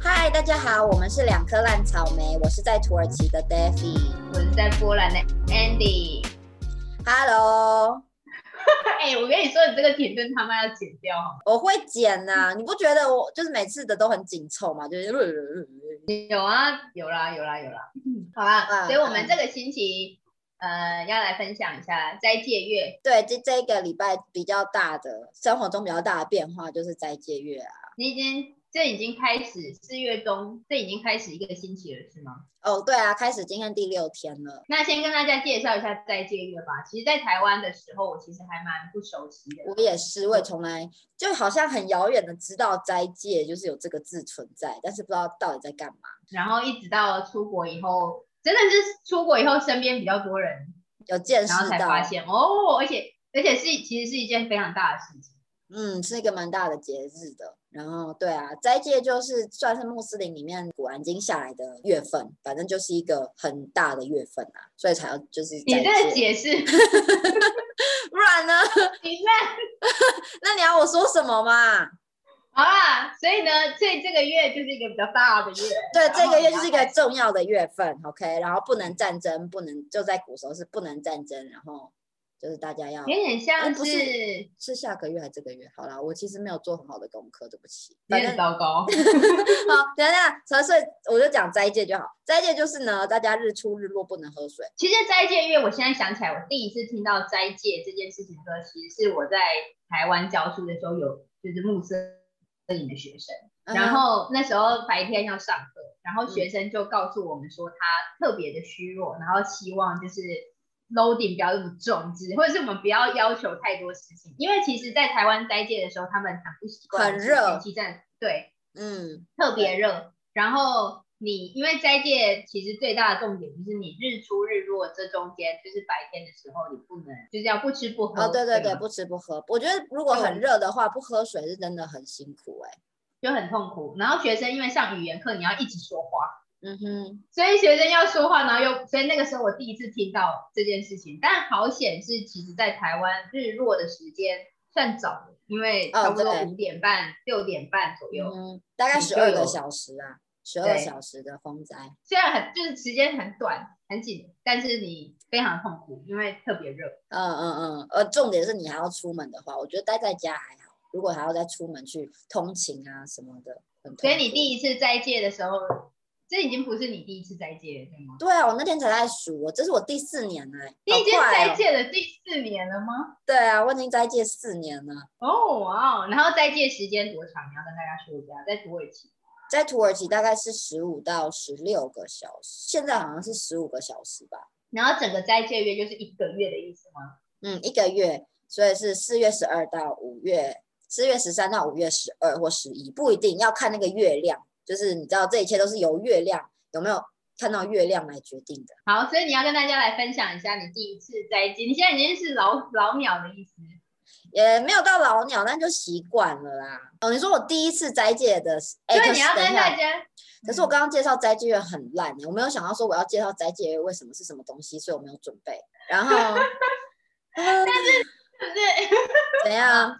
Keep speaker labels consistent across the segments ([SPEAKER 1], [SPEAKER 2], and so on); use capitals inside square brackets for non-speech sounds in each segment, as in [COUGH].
[SPEAKER 1] 嗨，大家好，我们是两颗烂草莓，我是在土耳其的 Daffy。
[SPEAKER 2] 我是在波兰的 Andy。
[SPEAKER 1] Hello，
[SPEAKER 2] 哎、我跟你说，你这个铁证他妈要剪掉好吗？
[SPEAKER 1] 我会剪呐、你不觉得我就是每次的都很紧凑吗？就是
[SPEAKER 2] 有啊，有啦，有啦，有啦。好啊，
[SPEAKER 1] 嗯
[SPEAKER 2] 所以我们这个星期呃要来分享一下斋戒月。
[SPEAKER 1] 对这这个礼拜比较大的生活中比较大的变化就是斋戒月啊。
[SPEAKER 2] 你已经这已经开始四月中，这已经开始一个星期了，是吗？
[SPEAKER 1] 哦，对啊，开始今天第六天了。
[SPEAKER 2] 那先跟大家介绍一下斋戒月吧。其实，在台湾的时候，我其实还蛮不熟悉的。
[SPEAKER 1] 我也是，我也从来就好像很遥远的知道斋戒就是有这个字存在，但是不知道到底在干嘛。
[SPEAKER 2] 然后一直到出国以后，真的是出国以后，身边比较多人，
[SPEAKER 1] 有见识
[SPEAKER 2] 然后才
[SPEAKER 1] 到，
[SPEAKER 2] 发现哦，而且而且是其实是一件非常大的事情。
[SPEAKER 1] 嗯，是一个蛮大的节日的。然后，对啊，斋戒就是算是穆斯林里面《古兰经》下来的月份，反正就是一个很大的月份啊，所以才要就是
[SPEAKER 2] 你
[SPEAKER 1] 斋
[SPEAKER 2] 这个
[SPEAKER 1] 戒。
[SPEAKER 2] 解释，
[SPEAKER 1] 不然呢？
[SPEAKER 2] 你这
[SPEAKER 1] [LAUGHS] 那你要我说什么嘛？
[SPEAKER 2] 好啦，所以呢，所以这个月就是一个比较大的月。
[SPEAKER 1] [LAUGHS] 对，
[SPEAKER 2] 然后
[SPEAKER 1] 这个月就是一
[SPEAKER 2] 你
[SPEAKER 1] 个
[SPEAKER 2] 要
[SPEAKER 1] 重要的月份，OK。然后不能战争，不能就在古时候是不能战争，然后就是大家要
[SPEAKER 2] 有点
[SPEAKER 1] 哎
[SPEAKER 2] 像
[SPEAKER 1] 不
[SPEAKER 2] 是
[SPEAKER 1] 是是下个月还是这个月？好啦，我其实没有做很好的功课，对不起。
[SPEAKER 2] 有
[SPEAKER 1] 反正
[SPEAKER 2] 点糟糕。
[SPEAKER 1] 好，等一下，所以所以我就讲斋戒就好。斋戒就是呢，大家日出日落不能喝水。
[SPEAKER 2] 其实斋戒月，我现在想起来，我第一次听到斋戒这件事情的时候，其实是我在台湾教书的时候有，就是穆斯林的学生，
[SPEAKER 1] 嗯
[SPEAKER 2] 然后那时候白天要上课，然后学生就告诉我们说他特别的虚弱，然后希望就是 loading 不要那么重之，或者是我们不要要求太多事情，因为其实，在台湾斋戒的时候，他们很不习惯
[SPEAKER 1] 很热
[SPEAKER 2] 天气真的对，
[SPEAKER 1] 嗯，
[SPEAKER 2] 特别热。然后你因为斋戒，其实最大的重点就是你日出日落这中间，就是白天的时候你不能就是要不吃不喝。
[SPEAKER 1] 哦，对对对，
[SPEAKER 2] 吗
[SPEAKER 1] 不吃不喝。我觉得如果很
[SPEAKER 2] 对
[SPEAKER 1] 热的话，不喝水是真的很辛苦哎、
[SPEAKER 2] 就很痛苦。然后学生因为上语言课，你要一直说话，
[SPEAKER 1] 嗯哼，
[SPEAKER 2] 所以学生要说话，然后又所以那个时候我第一次听到这件事情，但好险是其实在台湾日落的时间算早的，因为
[SPEAKER 1] 哦
[SPEAKER 2] 差不多
[SPEAKER 1] 对
[SPEAKER 2] 五点半、六点半左右
[SPEAKER 1] 嗯，哼，大概
[SPEAKER 2] 你
[SPEAKER 1] 十
[SPEAKER 2] 就
[SPEAKER 1] 二个
[SPEAKER 2] 有
[SPEAKER 1] 小时啊，十二
[SPEAKER 2] 对
[SPEAKER 1] 小时的风灾。
[SPEAKER 2] 虽然很就是时间很短很紧，但是你非常痛苦，因为特别热。
[SPEAKER 1] 嗯嗯嗯，呃，重点是你还要出门的话，我觉得待在家还好。如果还要再出门去通勤啊什么的，很
[SPEAKER 2] 所以
[SPEAKER 1] 痛
[SPEAKER 2] 你
[SPEAKER 1] 苦
[SPEAKER 2] 第一次斋戒的时候，这已经不是你第一次斋戒了，对吗？
[SPEAKER 1] 对啊，我那天才在数，我这是我第四年了欸、
[SPEAKER 2] 你
[SPEAKER 1] 好
[SPEAKER 2] 已经
[SPEAKER 1] 快
[SPEAKER 2] 斋
[SPEAKER 1] 哦
[SPEAKER 2] 戒了第四年了吗？
[SPEAKER 1] 对啊，我已经斋戒四年了，
[SPEAKER 2] 哦哇哦！然后斋戒时间多长？你要跟大家说一下，在土耳其。
[SPEAKER 1] 在土耳其大概是十五到十六个小时，现在好像是十五个小时吧。
[SPEAKER 2] 然后整个斋戒月就是一个月的意思吗？
[SPEAKER 1] 嗯，一个月，所以是四月十二到五月，四月十三到五月十二或十一，不一定要看那个月亮。就是你知道，这一切都是由月亮有没有看到月亮来决定的。
[SPEAKER 2] 好，所以你要跟大家来分享一下你第一次斋戒，你现在已经是老老鸟的意思。
[SPEAKER 1] 也没有到老鸟，但就习惯了啦。哦，你说我第一次斋戒的是，哎，
[SPEAKER 2] 所以
[SPEAKER 1] 可
[SPEAKER 2] 你
[SPEAKER 1] 是
[SPEAKER 2] 要
[SPEAKER 1] 等
[SPEAKER 2] 跟
[SPEAKER 1] 一下
[SPEAKER 2] 大，家，
[SPEAKER 1] 可是我刚刚介绍斋戒月很烂欸，我没有想到说我要介绍斋戒月为什么是什么东西，所以我没有准备。然后， [LAUGHS] 嗯
[SPEAKER 2] 对不 [LAUGHS] 对？
[SPEAKER 1] [LAUGHS] 怎样？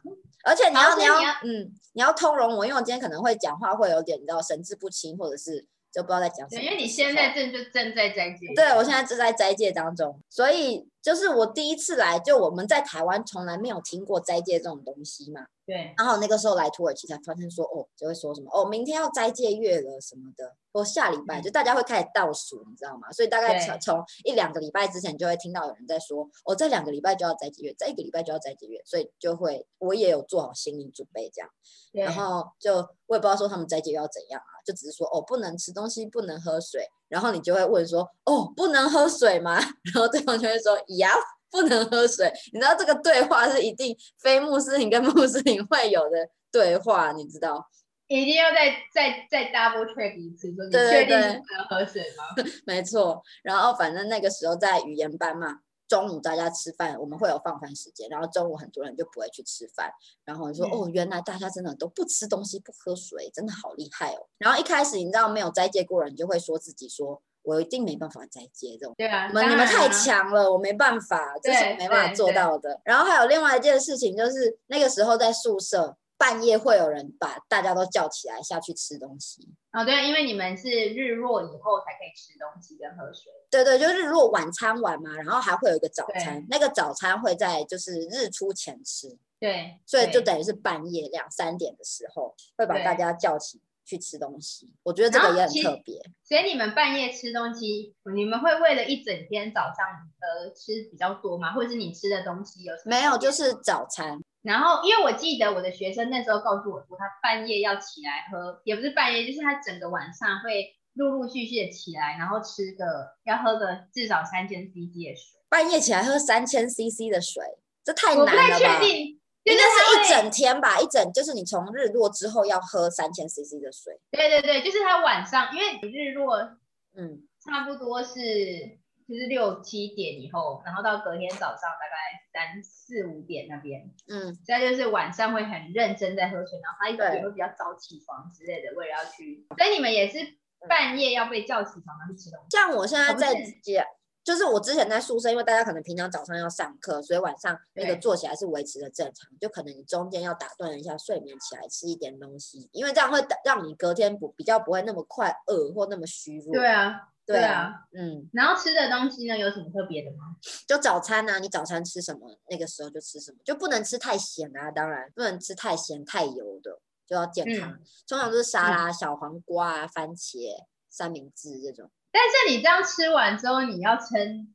[SPEAKER 1] 而且你要
[SPEAKER 2] 好所以
[SPEAKER 1] 要
[SPEAKER 2] 你要
[SPEAKER 1] 嗯，你要通融我，因为我今天可能会讲话会有点你知道神志不清，或者是就不知道在讲什么的时候。
[SPEAKER 2] 对，因为你现在正就正在斋戒。
[SPEAKER 1] 对我现在就在斋戒当中，所以就是我第一次来，就我们在台湾从来没有听过斋戒这种东西嘛。
[SPEAKER 2] 对，
[SPEAKER 1] 然后那个时候来土耳其才发现说，哦，就会说什么哦，明天要斋戒月了什么的，或下礼拜、
[SPEAKER 2] 嗯
[SPEAKER 1] 就大家会开始倒数，你知道吗？所以大概
[SPEAKER 2] 对
[SPEAKER 1] 从从一两个礼拜之前就会听到有人在说，哦，在两个礼拜就要斋戒月，在一个礼拜就要斋戒月，所以就会我也有做好心理准备这样。
[SPEAKER 2] 对
[SPEAKER 1] 然后就我也不知道说他们斋戒要怎样啊，就只是说哦不能吃东西，不能喝水，然后你就会问说哦不能喝水吗？ [LAUGHS] 然后对方就会说呀不能喝水，你知道这个对话是一定非穆斯林跟穆斯林会有的对话，你知道？
[SPEAKER 2] 一定要再再再 double check 一次，说你
[SPEAKER 1] 对对
[SPEAKER 2] 确定
[SPEAKER 1] 对
[SPEAKER 2] 是不能喝水吗？
[SPEAKER 1] 没错，然后反正那个时候在语言班嘛，中午大家吃饭，我们会有放饭时间，然后中午很多人就不会去吃饭，然后你说、
[SPEAKER 2] 嗯
[SPEAKER 1] 哦，原来大家真的都不吃东西不喝水，真的好厉害哦。然后一开始你知道没有斋戒过的人就会说自己说我一定没办法斋戒这种。
[SPEAKER 2] 对啊，
[SPEAKER 1] 你们
[SPEAKER 2] 当
[SPEAKER 1] 你们
[SPEAKER 2] 然
[SPEAKER 1] 太
[SPEAKER 2] 啊
[SPEAKER 1] 强了，我没办法，这是
[SPEAKER 2] 对
[SPEAKER 1] 我没办法
[SPEAKER 2] 对
[SPEAKER 1] 做
[SPEAKER 2] 对
[SPEAKER 1] 到的。然后还有另外一件事情，就是那个时候在宿舍，半夜会有人把大家都叫起来下去吃东西。
[SPEAKER 2] 哦，对，因为你们是日落以后才可以吃东西跟喝水。
[SPEAKER 1] 对对，就是日落晚餐完嘛，然后还会有一个早餐
[SPEAKER 2] 对，
[SPEAKER 1] 那个早餐会在就是日出前吃，
[SPEAKER 2] 对，
[SPEAKER 1] 所以就
[SPEAKER 2] 对
[SPEAKER 1] 等于是半夜两三点的时候会把
[SPEAKER 2] 对
[SPEAKER 1] 大家叫起去吃东西。我觉得这个也
[SPEAKER 2] 然
[SPEAKER 1] 很
[SPEAKER 2] 后其
[SPEAKER 1] 特别。
[SPEAKER 2] 所以你们半夜吃东西，你们会为了一整天早上呃吃比较多吗？或者是你吃的东西有什么
[SPEAKER 1] 没有，
[SPEAKER 2] 特别
[SPEAKER 1] 就是早餐，
[SPEAKER 2] 然后，因为我记得我的学生那时候告诉我说，他半夜要起来喝，也不是半夜，就是他整个晚上会陆陆续续的起来，然后吃个要喝个至少三千 CC 的水。
[SPEAKER 1] 半夜起来喝三千 CC 的水，这太
[SPEAKER 2] 我
[SPEAKER 1] 难
[SPEAKER 2] 不太
[SPEAKER 1] 了
[SPEAKER 2] 确
[SPEAKER 1] 吧？
[SPEAKER 2] 定，
[SPEAKER 1] 应
[SPEAKER 2] 就
[SPEAKER 1] 该
[SPEAKER 2] 他
[SPEAKER 1] 是
[SPEAKER 2] 会
[SPEAKER 1] 一整天吧，一整就是你从日落之后要喝三千 CC 的水。
[SPEAKER 2] 对对对，就是他晚上，因为日落
[SPEAKER 1] 嗯，
[SPEAKER 2] 差不多是就是六七点以后，然后到隔天早上大概三四五点那边，
[SPEAKER 1] 嗯，
[SPEAKER 2] 再就是晚上会很认真在喝水，然后他一
[SPEAKER 1] 对
[SPEAKER 2] 也会比较早起床之类的，为了要去。所以你们也
[SPEAKER 1] 嗯
[SPEAKER 2] 是半夜要被叫起床，然后去吃东西。
[SPEAKER 1] 像我现在
[SPEAKER 2] 哦不
[SPEAKER 1] 在
[SPEAKER 2] 是
[SPEAKER 1] 家，就是我之前在宿舍，因为大家可能平常早上要上课，所以晚上那个
[SPEAKER 2] 对
[SPEAKER 1] 坐起来是维持的正常，就可能你中间要打断一下睡眠，起来吃一点东西，因为这样会让你隔天不比较不会那么快饿或那么虚弱。
[SPEAKER 2] 对啊，
[SPEAKER 1] 对
[SPEAKER 2] 对
[SPEAKER 1] 啊，
[SPEAKER 2] 啊。
[SPEAKER 1] 嗯，
[SPEAKER 2] 然后吃的东西呢，有什么特别的吗？
[SPEAKER 1] 就早餐啊，你早餐吃什么，那个时候就吃什么，就不能吃太咸啊，当然不能吃太咸太油的，就要健
[SPEAKER 2] 嗯
[SPEAKER 1] 康。通常都是沙拉、小黄瓜啊、番茄、三明治这种。
[SPEAKER 2] 但是你这样吃完之后，你要撑，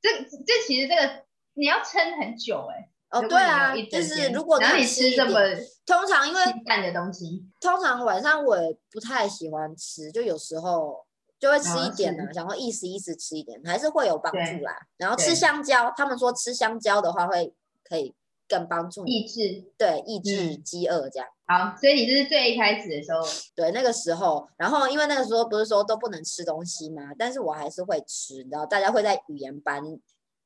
[SPEAKER 2] 这这其实这个你要撑很久哎、
[SPEAKER 1] 哦，
[SPEAKER 2] 如
[SPEAKER 1] 对
[SPEAKER 2] 果你
[SPEAKER 1] 啊
[SPEAKER 2] 有一，整
[SPEAKER 1] 就是
[SPEAKER 2] 天
[SPEAKER 1] 如果
[SPEAKER 2] 然后
[SPEAKER 1] 有
[SPEAKER 2] 你
[SPEAKER 1] 一
[SPEAKER 2] 吃这
[SPEAKER 1] 点
[SPEAKER 2] 么
[SPEAKER 1] 通常因为
[SPEAKER 2] 清淡的东西，
[SPEAKER 1] 通常晚上我也不太喜欢吃，就有时候就会吃一点呢、想要意思意思吃一点，还是会有帮
[SPEAKER 2] 哦对
[SPEAKER 1] 助啦。然后吃
[SPEAKER 2] 对
[SPEAKER 1] 香蕉，他们说吃香蕉的话会可以更帮助你
[SPEAKER 2] 意志
[SPEAKER 1] 对抑制
[SPEAKER 2] 嗯
[SPEAKER 1] 饥饿这样。
[SPEAKER 2] 好，所以你这是最一开始的时候，
[SPEAKER 1] 对，那个时候，然后因为那个时候不是说都不能吃东西嘛，但是我还是会吃，你知道，大家会在语言班，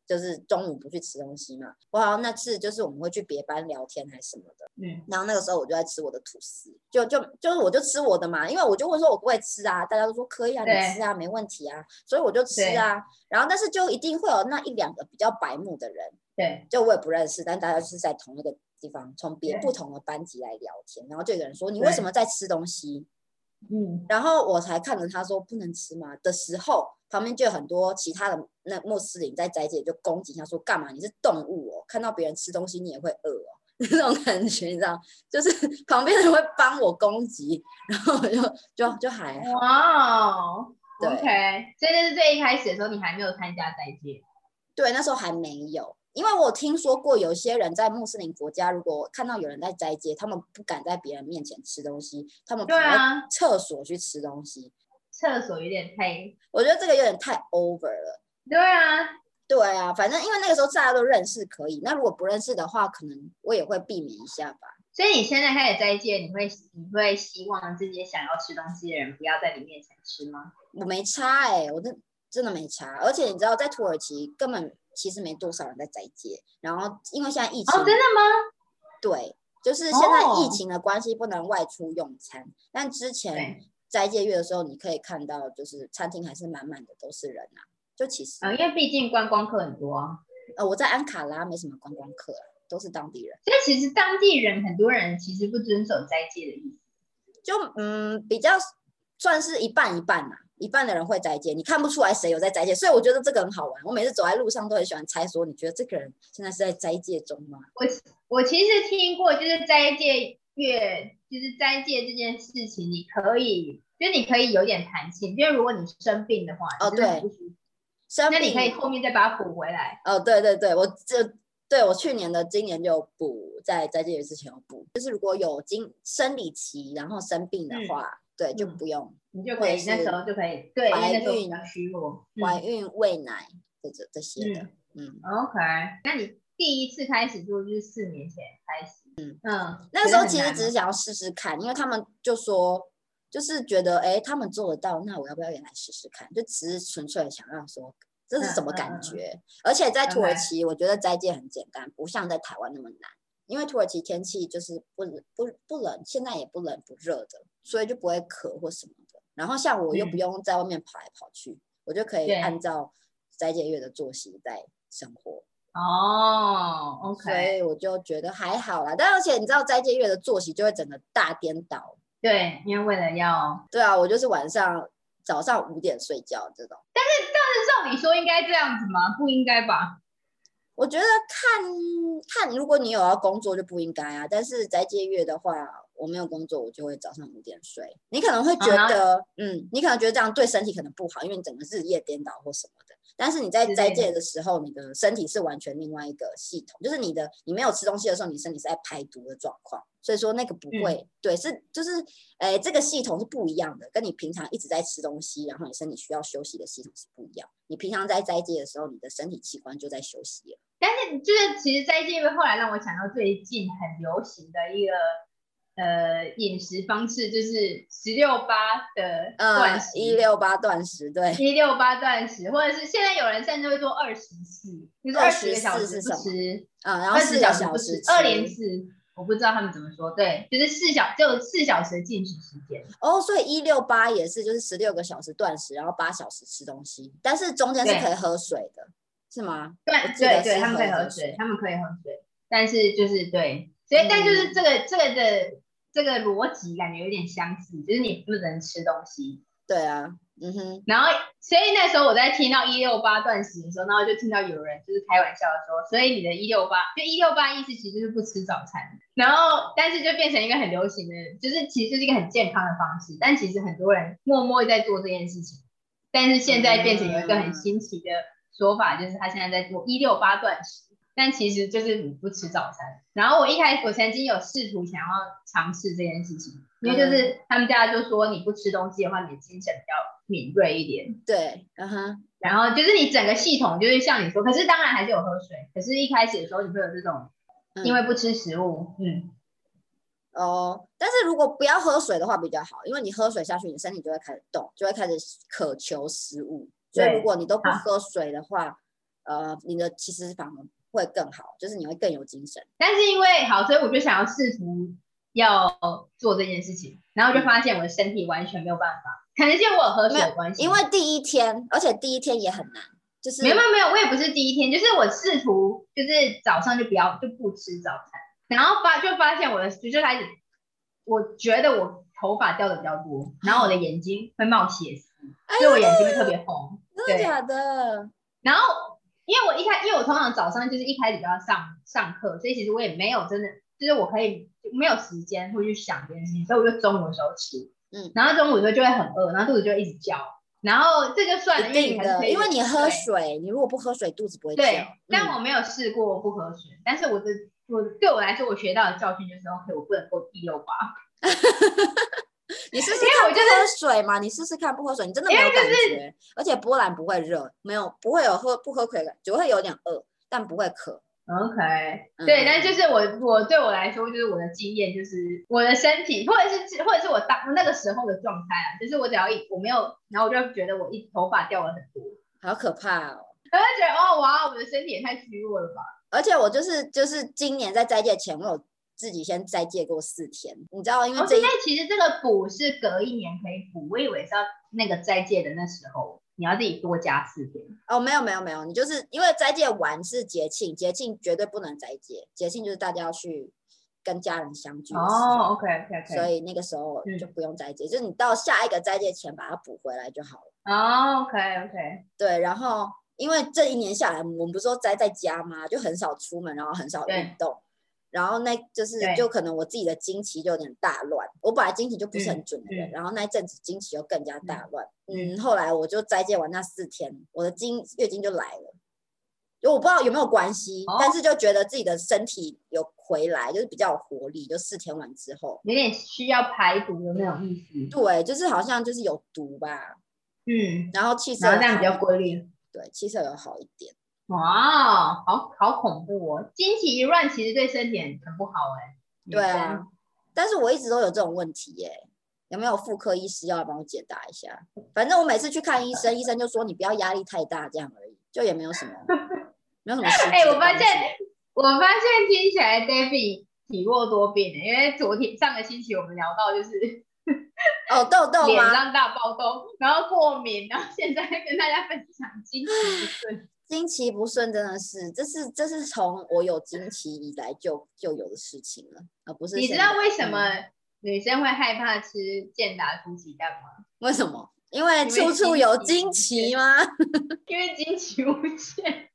[SPEAKER 1] 就是中午不去吃东西嘛。我好像那次就是我们会去别班聊天还是什么的，
[SPEAKER 2] 嗯，
[SPEAKER 1] 然后那个时候我就在吃我的吐司，就就就是我就吃我的嘛，因为我就问说我不会吃啊，大家都说可以啊，
[SPEAKER 2] 对
[SPEAKER 1] 你吃啊，没问题啊，所以我就吃啊。然后但是就一定会有那一两个比较白目的人，
[SPEAKER 2] 对，
[SPEAKER 1] 就我也不认识，但大家就是在同一个地方，从别
[SPEAKER 2] 对
[SPEAKER 1] 不同的班级来聊天，然后就有人说你为什
[SPEAKER 2] 对
[SPEAKER 1] 么在吃东西？
[SPEAKER 2] 嗯，
[SPEAKER 1] 然后我才看着他说不能吃嘛的时候，旁边就有很多其他的那穆斯林在斋戒就攻击他说干嘛你是动物哦，看到别人吃东西你也会饿哦。 [LAUGHS] 那种感觉，你知道，就是 [LAUGHS] 旁边人会帮我攻击，然后我就就就还好
[SPEAKER 2] 哇哦
[SPEAKER 1] 对
[SPEAKER 2] ，OK，所以这是最一开始的时候，你还没有参加斋戒，
[SPEAKER 1] 对，那时候还没有，因为我听说过有些人在穆斯林国家，如果看到有人在斋戒，他们不敢在别人面前吃东西，他们
[SPEAKER 2] 对
[SPEAKER 1] 跑到
[SPEAKER 2] 啊，
[SPEAKER 1] 厕所去吃东西。
[SPEAKER 2] 厕所有点太，
[SPEAKER 1] 我觉得这个有点太 over 了。
[SPEAKER 2] 对啊，
[SPEAKER 1] 对啊，反正因为那个时候大家都认识，可以。那如果不认识的话，可能我也会避免一下吧。
[SPEAKER 2] 所以你现在开始斋戒，你会你会希望这些想要吃东西的人不要在你面前吃吗？
[SPEAKER 1] 我没差哎、我真真的没差。而且你知道，在土耳其根本其实没多少人在斋戒，然后因为现在疫情，
[SPEAKER 2] 哦，真的吗？
[SPEAKER 1] 对，就是现在疫
[SPEAKER 2] 哦
[SPEAKER 1] 情的关系不能外出用餐，但之前
[SPEAKER 2] 对
[SPEAKER 1] 斋戒月的时候，你可以看到就是餐厅还是满满的都是人啊。就其实，
[SPEAKER 2] 嗯，因为毕竟观光客很多啊，
[SPEAKER 1] 呃，我在安卡拉没什么观光客、啊，都是当地人。
[SPEAKER 2] 所以其实当地人很多人其实不遵守斋戒的意思。
[SPEAKER 1] 就嗯，比较算是一半一半啦、一半的人会斋戒，你看不出来谁有在斋戒，所以我觉得这个很好玩。我每次走在路上都很喜欢猜说，你觉得这个人现在是在斋戒中吗？
[SPEAKER 2] 我其实听过，就是斋戒月，就是斋戒这件事情，你可以，就是你可以有点弹性，因为如果你生病的话，
[SPEAKER 1] 哦
[SPEAKER 2] 你真的很不舒服
[SPEAKER 1] 生
[SPEAKER 2] 那你
[SPEAKER 1] 病
[SPEAKER 2] 可以后面再把它补回来。
[SPEAKER 1] 哦，对对对，我这对我去年的今年就有补，在斋戒月之前有补，就是如果有经生理期然后生病的
[SPEAKER 2] 嗯
[SPEAKER 1] 话，对就
[SPEAKER 2] 嗯
[SPEAKER 1] 不用
[SPEAKER 2] 你就可以
[SPEAKER 1] 或者
[SPEAKER 2] 那
[SPEAKER 1] 是
[SPEAKER 2] 时候就可以对，因
[SPEAKER 1] 怀
[SPEAKER 2] 为那时候
[SPEAKER 1] 孕
[SPEAKER 2] 比较虚弱。
[SPEAKER 1] 怀孕、喂奶这这这些的，
[SPEAKER 2] 嗯
[SPEAKER 1] 嗯。
[SPEAKER 2] ，OK。那你第一次开始做就是四年前开始，嗯嗯，
[SPEAKER 1] 那时候其
[SPEAKER 2] 觉得
[SPEAKER 1] 实
[SPEAKER 2] 很
[SPEAKER 1] 只是想要试试看，因为他们就说，就是觉得哎、诶他们做得到，那我要不要也来试试看？就只是纯粹想让说这是什么
[SPEAKER 2] 嗯嗯
[SPEAKER 1] 感
[SPEAKER 2] 嗯
[SPEAKER 1] 觉。而且在土耳
[SPEAKER 2] OK
[SPEAKER 1] 其，我觉得斋戒很简单，不像在台湾那么难。因为土耳其天气就是不冷不不冷，现在也不冷不热的，所以就不会渴或什么的。然后像我又不
[SPEAKER 2] 嗯
[SPEAKER 1] 用在外面跑来跑去，我就可以
[SPEAKER 2] 对
[SPEAKER 1] 按照斋戒月的作息在生活。
[SPEAKER 2] 哦
[SPEAKER 1] 所
[SPEAKER 2] ，OK，
[SPEAKER 1] 以我就觉得还好啦。但而且你知道斋戒月的作息就会整个大颠倒。
[SPEAKER 2] 对，因为为了要，
[SPEAKER 1] 对啊，我就是晚上早上五点睡觉这种。
[SPEAKER 2] 但是照理说应该这样子吗？不应该吧？
[SPEAKER 1] 我觉得看看，如果你有要工作就不应该啊。但是斋戒月的话，我没有工作，我就会早上五点睡。你可能会觉得，嗯，你可能觉得这样对身体可能不好，因为你整个日夜颠倒或什么的。但是你在
[SPEAKER 2] 之类
[SPEAKER 1] 斋
[SPEAKER 2] 的
[SPEAKER 1] 戒的时候，你的身体是完全另外一个系统，就是你的你没有吃东西的时候，你身体是在排毒的状况，所以说那个不会，对，是就是，诶、这个系统是不一样的，跟你平常一直在吃东西，然后你身体需要休息的系统是不一样。你平常在斋戒的时候，你的身体器官就在休息了。
[SPEAKER 2] 但是嗯就是其实斋戒月后来让我想到最近很流行的一个呃饮食方式，就是十六八的
[SPEAKER 1] 呃
[SPEAKER 2] 断，食，
[SPEAKER 1] 一六八断食，对，
[SPEAKER 2] 一六八断食，或者是现在有人甚至会做二十四，就是二十个小
[SPEAKER 1] 24是
[SPEAKER 2] 时
[SPEAKER 1] 什
[SPEAKER 2] 不
[SPEAKER 1] 么
[SPEAKER 2] 吃，
[SPEAKER 1] 啊、然后
[SPEAKER 2] 二
[SPEAKER 1] 四
[SPEAKER 2] 十
[SPEAKER 1] 个
[SPEAKER 2] 小时
[SPEAKER 1] 小
[SPEAKER 2] 不
[SPEAKER 1] 时
[SPEAKER 2] 吃，
[SPEAKER 1] 吃
[SPEAKER 2] 二连四，我不知道他们怎么说，对，就是四小只有四小时的进食时间，
[SPEAKER 1] 哦，所以一六八也是就是十六个小时断食，然后八小时吃东西，但是中间是
[SPEAKER 2] 对
[SPEAKER 1] 可以喝水的，是吗？我
[SPEAKER 2] 对
[SPEAKER 1] 记得
[SPEAKER 2] 对对，
[SPEAKER 1] 是
[SPEAKER 2] 他们
[SPEAKER 1] 可
[SPEAKER 2] 可
[SPEAKER 1] 以
[SPEAKER 2] 以
[SPEAKER 1] 喝
[SPEAKER 2] 喝水
[SPEAKER 1] 水，
[SPEAKER 2] 他们可以喝水，但是就是对，所以
[SPEAKER 1] 嗯
[SPEAKER 2] 但就是这个这个的这个逻辑感觉有点相似，就是你不能吃东西，
[SPEAKER 1] 对啊，嗯哼，
[SPEAKER 2] 然后，所以那时候我在听到一六八断食的时候，然后就听到有人就是开玩笑的说，所以你的一六八就一六八意思其实就是不吃早餐，然后但是就变成一个很流行的，就是其实就是一个很健康的方式，但其实很多人默默在做这件事情，但是现在变成有一个很新奇的说法，就是他现在在做一六八断食。但其实就是你不吃早餐。然后我一开始我曾经有试图想要尝试这件事情，因
[SPEAKER 1] 嗯
[SPEAKER 2] 为就是他们家就说你不吃东西的话，你的精神比较敏锐一点。
[SPEAKER 1] 对，嗯哼，
[SPEAKER 2] 然后就是你整个系统就是像你说，可是当然还是有喝水，可是一开始的时候你会有这种
[SPEAKER 1] 嗯
[SPEAKER 2] 因为不吃食物，嗯，
[SPEAKER 1] 哦，但是如果不要喝水的话比较好，因为你喝水下去，你身体就会开始动，就会开始渴求食物，所以
[SPEAKER 2] 对
[SPEAKER 1] 如果你都不
[SPEAKER 2] 好
[SPEAKER 1] 喝水的话，呃，你的其实反而会更好，就是你会更有精神。
[SPEAKER 2] 但是因为好，所以我就想要试图要做这件事情，然
[SPEAKER 1] 嗯
[SPEAKER 2] 后就发现我的身体完全没有办法，可能是因为我有喝水的关系，
[SPEAKER 1] 因为第一天，而且第一天也很难，就是
[SPEAKER 2] 嗯没有没有没有，我也不是第一天，就是我试图就是早上就不要就不吃早餐，然后发就发现我的就就开始，我觉得我头发掉的比较多，然后我的眼睛会冒血丝，
[SPEAKER 1] 哎
[SPEAKER 2] 所以我眼睛会特别红。
[SPEAKER 1] 真的
[SPEAKER 2] 对
[SPEAKER 1] 假的？
[SPEAKER 2] 然后因为我一开，因为我通常早上就是一开始就要上上课，所以其实我也没有真的，就是我可以没有时间会去想这件事情，所以我就中午的时候吃，
[SPEAKER 1] 嗯，
[SPEAKER 2] 然后中午的时候就会很饿，然后肚子就会一直叫，然后这就算
[SPEAKER 1] 一
[SPEAKER 2] 了，因为
[SPEAKER 1] 定
[SPEAKER 2] 你还是可
[SPEAKER 1] 的，
[SPEAKER 2] 以
[SPEAKER 1] 因为你喝
[SPEAKER 2] 对
[SPEAKER 1] 水，你如果不喝水，肚子不会叫。
[SPEAKER 2] 对，但
[SPEAKER 1] 嗯
[SPEAKER 2] 我没有试过不喝水，但是我的我对我来说，我学到的教训就是，OK，我不能够一六八，
[SPEAKER 1] 你试试
[SPEAKER 2] 因为
[SPEAKER 1] 看
[SPEAKER 2] 我
[SPEAKER 1] 不
[SPEAKER 2] 就
[SPEAKER 1] 喝水嘛，你试试看不喝水，你真的没
[SPEAKER 2] 因
[SPEAKER 1] 有
[SPEAKER 2] 为
[SPEAKER 1] 感觉，而且波兰不会热，没有不会有喝不喝水的感觉，只会有点饿，但不会渴。
[SPEAKER 2] OK，
[SPEAKER 1] 嗯
[SPEAKER 2] 对，但就是我我对我来说，就是我的经验，就是我的身体，或者是或者是我当那个时候的状态啊，就是我只要一我没有，然后我就觉得我一头发掉了很多，
[SPEAKER 1] 好可怕哦！
[SPEAKER 2] 然后就觉得哦哇，我的身体也太虚弱了吧。
[SPEAKER 1] 而且我就是就是今年在斋戒前，我有自己先斋戒过四天，你知道，因为
[SPEAKER 2] 哦，
[SPEAKER 1] 嗯这
[SPEAKER 2] 现
[SPEAKER 1] 一
[SPEAKER 2] 在其实这个补是隔一年可以补，我以为是要那个斋戒的那时候，你要自己多加四天。
[SPEAKER 1] 哦，没有没有没有，你就是因为斋戒完是节庆，节庆绝对不能斋戒，节庆就是大家要去跟家人相聚的时候，
[SPEAKER 2] 哦，OK OK OK，
[SPEAKER 1] 所以那个时候
[SPEAKER 2] 嗯
[SPEAKER 1] 就不用斋戒，就是你到下一个斋戒前把它补回来就好了。
[SPEAKER 2] 哦，OK OK。
[SPEAKER 1] 对，然后因为这一年下来，我们不是说宅在家嘛，就很少出门，然后很少运
[SPEAKER 2] 对
[SPEAKER 1] 动。然后那就是
[SPEAKER 2] 对
[SPEAKER 1] 就可能我自己的经期就有点大乱，我本来经期就不是很
[SPEAKER 2] 嗯
[SPEAKER 1] 准的人，
[SPEAKER 2] 嗯
[SPEAKER 1] 然后那一阵子经期又更加大乱，嗯
[SPEAKER 2] 嗯
[SPEAKER 1] 后来我就斋戒完那四天，我的经月经就来了，就我不知道有没有关系，
[SPEAKER 2] 哦
[SPEAKER 1] 但是就觉得自己的身体有回来，就是比较有活力，就四天完之后，
[SPEAKER 2] 有点需要排毒的那种意思。
[SPEAKER 1] 对，就是好像就是有毒吧，
[SPEAKER 2] 嗯，
[SPEAKER 1] 然后气色
[SPEAKER 2] 然后
[SPEAKER 1] 有
[SPEAKER 2] 这样比
[SPEAKER 1] 好
[SPEAKER 2] 较
[SPEAKER 1] 一
[SPEAKER 2] 规律。
[SPEAKER 1] 对气色有好一点。
[SPEAKER 2] 哇，好好恐怖哦！经期一乱，其实对身体很不好哎、女
[SPEAKER 1] 对啊
[SPEAKER 2] 生，，
[SPEAKER 1] 但是我一直都有这种问题耶、有没有妇科医师要来帮我解答一下？反正我每次去看医生，医生就说你不要压力太大，这样而已，就也没有什么，没有什么实质的帮
[SPEAKER 2] [LAUGHS] 哎
[SPEAKER 1] 助。
[SPEAKER 2] 我发现我发现听起来 David 体弱多病、欸，因为昨天上个星期我们聊到就是
[SPEAKER 1] 哦，痘痘
[SPEAKER 2] 脸
[SPEAKER 1] 吗？ [LAUGHS]
[SPEAKER 2] 上大爆痘，然后过敏，然后现在跟大家分享经期不顺。
[SPEAKER 1] 经期不顺真的是，这是这是从我有经期以来就就有的事情了，而、不是
[SPEAKER 2] 你
[SPEAKER 1] 现
[SPEAKER 2] 知
[SPEAKER 1] 在
[SPEAKER 2] 道为什
[SPEAKER 1] 嗯
[SPEAKER 2] 么女生会害怕吃健达出奇蛋吗？
[SPEAKER 1] 为什么？因为
[SPEAKER 2] 因为
[SPEAKER 1] 处处
[SPEAKER 2] 经
[SPEAKER 1] 有
[SPEAKER 2] 期
[SPEAKER 1] 惊
[SPEAKER 2] 无
[SPEAKER 1] 奇
[SPEAKER 2] 限
[SPEAKER 1] 吗？ [LAUGHS]
[SPEAKER 2] 因为经期无限，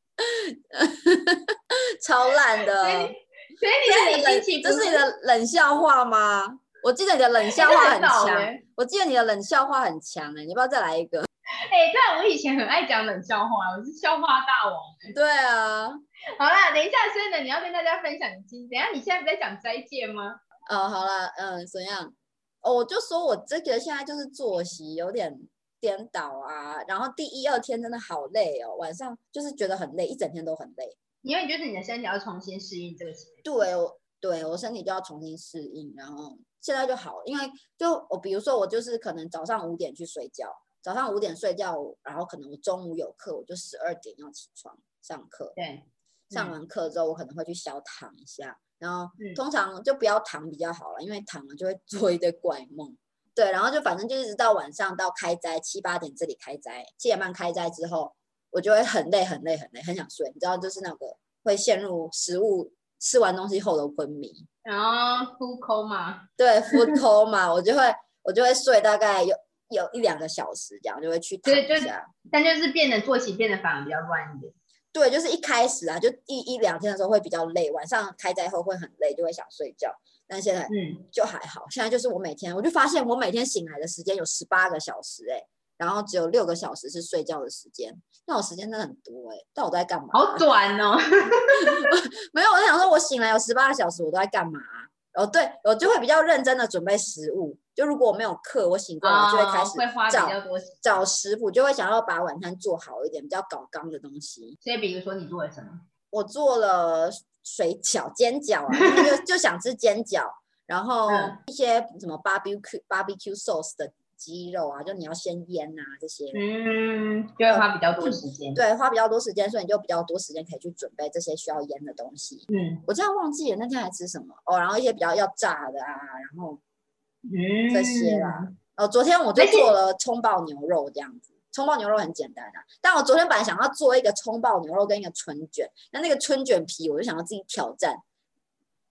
[SPEAKER 1] 超烂
[SPEAKER 2] 所以
[SPEAKER 1] 的。
[SPEAKER 2] [LAUGHS] 所以
[SPEAKER 1] [LAUGHS] 这
[SPEAKER 2] 你
[SPEAKER 1] 是
[SPEAKER 2] 的
[SPEAKER 1] 你
[SPEAKER 2] 经
[SPEAKER 1] 的
[SPEAKER 2] 期
[SPEAKER 1] 冷，
[SPEAKER 2] 不
[SPEAKER 1] 这是你的冷笑话吗？我记得你的冷笑话
[SPEAKER 2] 很
[SPEAKER 1] 很
[SPEAKER 2] 少
[SPEAKER 1] 强， [LAUGHS]
[SPEAKER 2] 欸
[SPEAKER 1] 我记得你的冷笑话很强哎、你要不要再来一个？
[SPEAKER 2] 哎、但我以前很爱讲冷笑话，我是笑话大王。
[SPEAKER 1] 对啊，
[SPEAKER 2] 好啦，等一下，所以呢，你要跟大家分享你今，等一下你现在不在讲斋戒吗？
[SPEAKER 1] 哦，好啦，嗯，怎样？哦，我就说我这个现在就是作息有点颠倒啊，然后第一二天真的好累哦，晚上就是觉得很累，一整天都很累。
[SPEAKER 2] 因为你觉得你的身体要重新适应这个情况。
[SPEAKER 1] 对，我对我身体就要重新适应，然后现在就好了，因为就我比如说我就是可能早上五点去睡觉，早上五点睡觉，然后可能我中午有课，我就十二点要起床上课，
[SPEAKER 2] 对，
[SPEAKER 1] 上
[SPEAKER 2] 嗯
[SPEAKER 1] 完课之后我可能会去小躺一下，然后
[SPEAKER 2] 嗯
[SPEAKER 1] 通常就不要躺比较好了，因为躺了就会 [LAUGHS] 做一堆怪梦。对，然后就反正就一直到晚上到开斋七八点这里开斋，七点半开斋之后，我就会很累很累很累，很想睡，你知道就是那个会陷入食物吃完东西后的昏迷。
[SPEAKER 2] 然后 full coma，
[SPEAKER 1] 对，food coma，我就会我就会睡大概有有一两个小时这样，就会去躺
[SPEAKER 2] 对
[SPEAKER 1] 一
[SPEAKER 2] 就
[SPEAKER 1] 下。
[SPEAKER 2] 但就是变得作息变得反而比较乱一点。
[SPEAKER 1] 对，就是一开始啊，就一一两天的时候会比较累，晚上开斋后会很累，就会想睡觉。但现在
[SPEAKER 2] 嗯，
[SPEAKER 1] 就还好，现在就是我每天，我就发现我每天醒来的时间有十八个小时、欸，然后只有六个小时是睡觉的时间，那我时间真的很多哎、欸，到底我都在干嘛啊、
[SPEAKER 2] 好短哦。
[SPEAKER 1] 没有，我在想说，我醒来有十八个小时，我都在干嘛啊、哦，对，我就会比较认真的准备食物。就如果我没有课，我醒过来我就会开
[SPEAKER 2] 哦
[SPEAKER 1] 始
[SPEAKER 2] 会花比
[SPEAKER 1] 找
[SPEAKER 2] 较多时间。
[SPEAKER 1] 找食谱，就会想要把晚餐做好一点，比较搞纲的东西。
[SPEAKER 2] 所以比如说你做了什么？
[SPEAKER 1] 我做了水饺、煎饺啊，因
[SPEAKER 2] [LAUGHS]
[SPEAKER 1] 为就就想吃煎饺，然后
[SPEAKER 2] 嗯
[SPEAKER 1] 一些什么 barbecue barbecue sauce 的鸡肉啊，就你要先腌啊这些。
[SPEAKER 2] 嗯，就会花比较多时间。
[SPEAKER 1] 对，花比较多时间，所以你就比较多时间可以去准备这些需要腌的东西。
[SPEAKER 2] 嗯
[SPEAKER 1] 我真的忘记了那天还吃什么哦，然后一些比较要炸的啊，然后
[SPEAKER 2] 嗯，
[SPEAKER 1] 这些啦。哦，昨天我就
[SPEAKER 2] 而且
[SPEAKER 1] 做了葱爆牛肉这样子，葱爆牛肉很简单啊。但我昨天本来想要做一个葱爆牛肉跟一个春卷，那那个春卷皮我就想要自己挑战，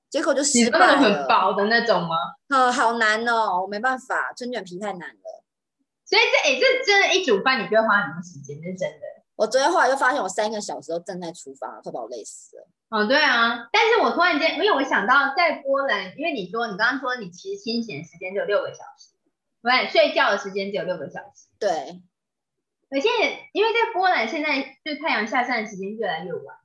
[SPEAKER 1] 结果就
[SPEAKER 2] 你
[SPEAKER 1] 失
[SPEAKER 2] 是那
[SPEAKER 1] 败
[SPEAKER 2] 种很
[SPEAKER 1] 了。
[SPEAKER 2] 薄的那种吗？
[SPEAKER 1] 呃，好难哦，我没办法，春卷皮太难了。
[SPEAKER 2] 所以这哎、这真的，一煮饭你就会花很多时间，这是真的。
[SPEAKER 1] 我昨天后来就发现，我三个小时都站在厨房，快把我累死了。
[SPEAKER 2] 哦，对啊，但是我突然间，因为我想到在波兰，因为你说你刚刚说你其实清醒的时间只有六个小时，对，睡觉的时间只有六个小时，
[SPEAKER 1] 对，
[SPEAKER 2] 而且因为在波兰现在就太阳下山的时间越来越晚，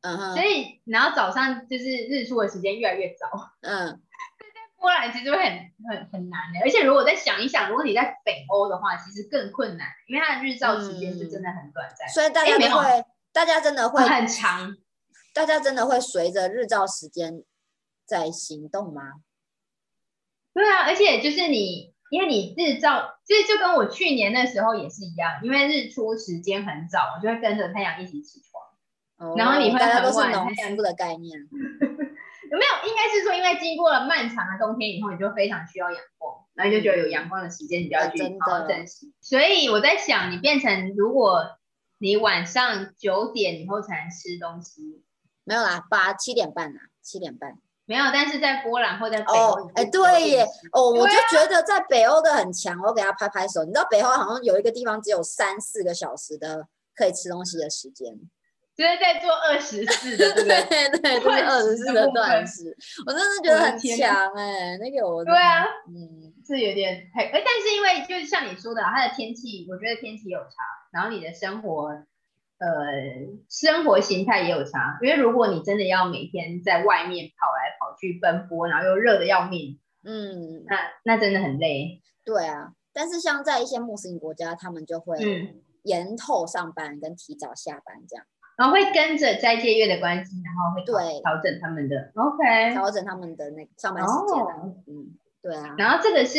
[SPEAKER 1] 嗯哼
[SPEAKER 2] 所，以然后早上就是日出的时间越来越早，
[SPEAKER 1] 嗯，
[SPEAKER 2] 波兰其实会很很很难的，而且如果再想一想，如果你在北欧的话，其实更困难，因为它的日照时间就真的很短暂，
[SPEAKER 1] 所以大家
[SPEAKER 2] 诶没
[SPEAKER 1] 都
[SPEAKER 2] 有啊哦
[SPEAKER 1] 会，大家真的会，
[SPEAKER 2] 很长。
[SPEAKER 1] 大家真的会随着日照时间在行动吗？
[SPEAKER 2] 对啊，而且就是你，因为你日照，就是就跟我去年那时候也是一样，因为日出时间很早，我就会跟着太阳一起起床。
[SPEAKER 1] 哦
[SPEAKER 2] 然后你会
[SPEAKER 1] 大家
[SPEAKER 2] 很
[SPEAKER 1] 都是
[SPEAKER 2] 晚
[SPEAKER 1] 农
[SPEAKER 2] 太阳
[SPEAKER 1] 夫的概念，
[SPEAKER 2] 有没有？应该是说，因为经过了漫长的冬天以后，你就非常需要阳光，然后就觉得有阳光的时间，你就要去
[SPEAKER 1] 啊真的
[SPEAKER 2] 好好珍惜。所以我在想，你变成如果你晚上九点以后才能吃东西，
[SPEAKER 1] 没有啦，八七点半啦，七点半。
[SPEAKER 2] 没有，但是在波兰或在北欧
[SPEAKER 1] 哦，，哎，对耶，，哦，我
[SPEAKER 2] 对
[SPEAKER 1] 就觉得在北欧的很强，我给他拍拍手。你知道北欧好像有一个地方只有三四个小时的可以吃东西的时间，
[SPEAKER 2] 就是在做二十四的，对不
[SPEAKER 1] 对 [LAUGHS]
[SPEAKER 2] 对？
[SPEAKER 1] 对，就是
[SPEAKER 2] 断
[SPEAKER 1] 二十
[SPEAKER 2] 食的
[SPEAKER 1] 四的
[SPEAKER 2] 部
[SPEAKER 1] 断
[SPEAKER 2] 分
[SPEAKER 1] 食，我真的觉得
[SPEAKER 2] 我的
[SPEAKER 1] 很
[SPEAKER 2] 天
[SPEAKER 1] 强哎，那个我
[SPEAKER 2] 对啊，
[SPEAKER 1] 嗯，
[SPEAKER 2] 是有点太，哎，但是因为就是像你说的啊，它的天气，我觉得天气有差，然后你的生活，呃，生活形态也有差。因为如果你真的要每天在外面跑来跑去奔波，然后又热的要命，
[SPEAKER 1] 嗯，
[SPEAKER 2] 那那真的很累。
[SPEAKER 1] 对啊。但是像在一些穆斯林国家，他们就会
[SPEAKER 2] 嗯，
[SPEAKER 1] 延后上班跟提早下班这样。
[SPEAKER 2] 然后会跟着斋戒月的关系，然后会调
[SPEAKER 1] 对
[SPEAKER 2] 调整他们的 OK。
[SPEAKER 1] 调整他们的那个上班时间啊、
[SPEAKER 2] 哦
[SPEAKER 1] 嗯，对啊，
[SPEAKER 2] 然后这个是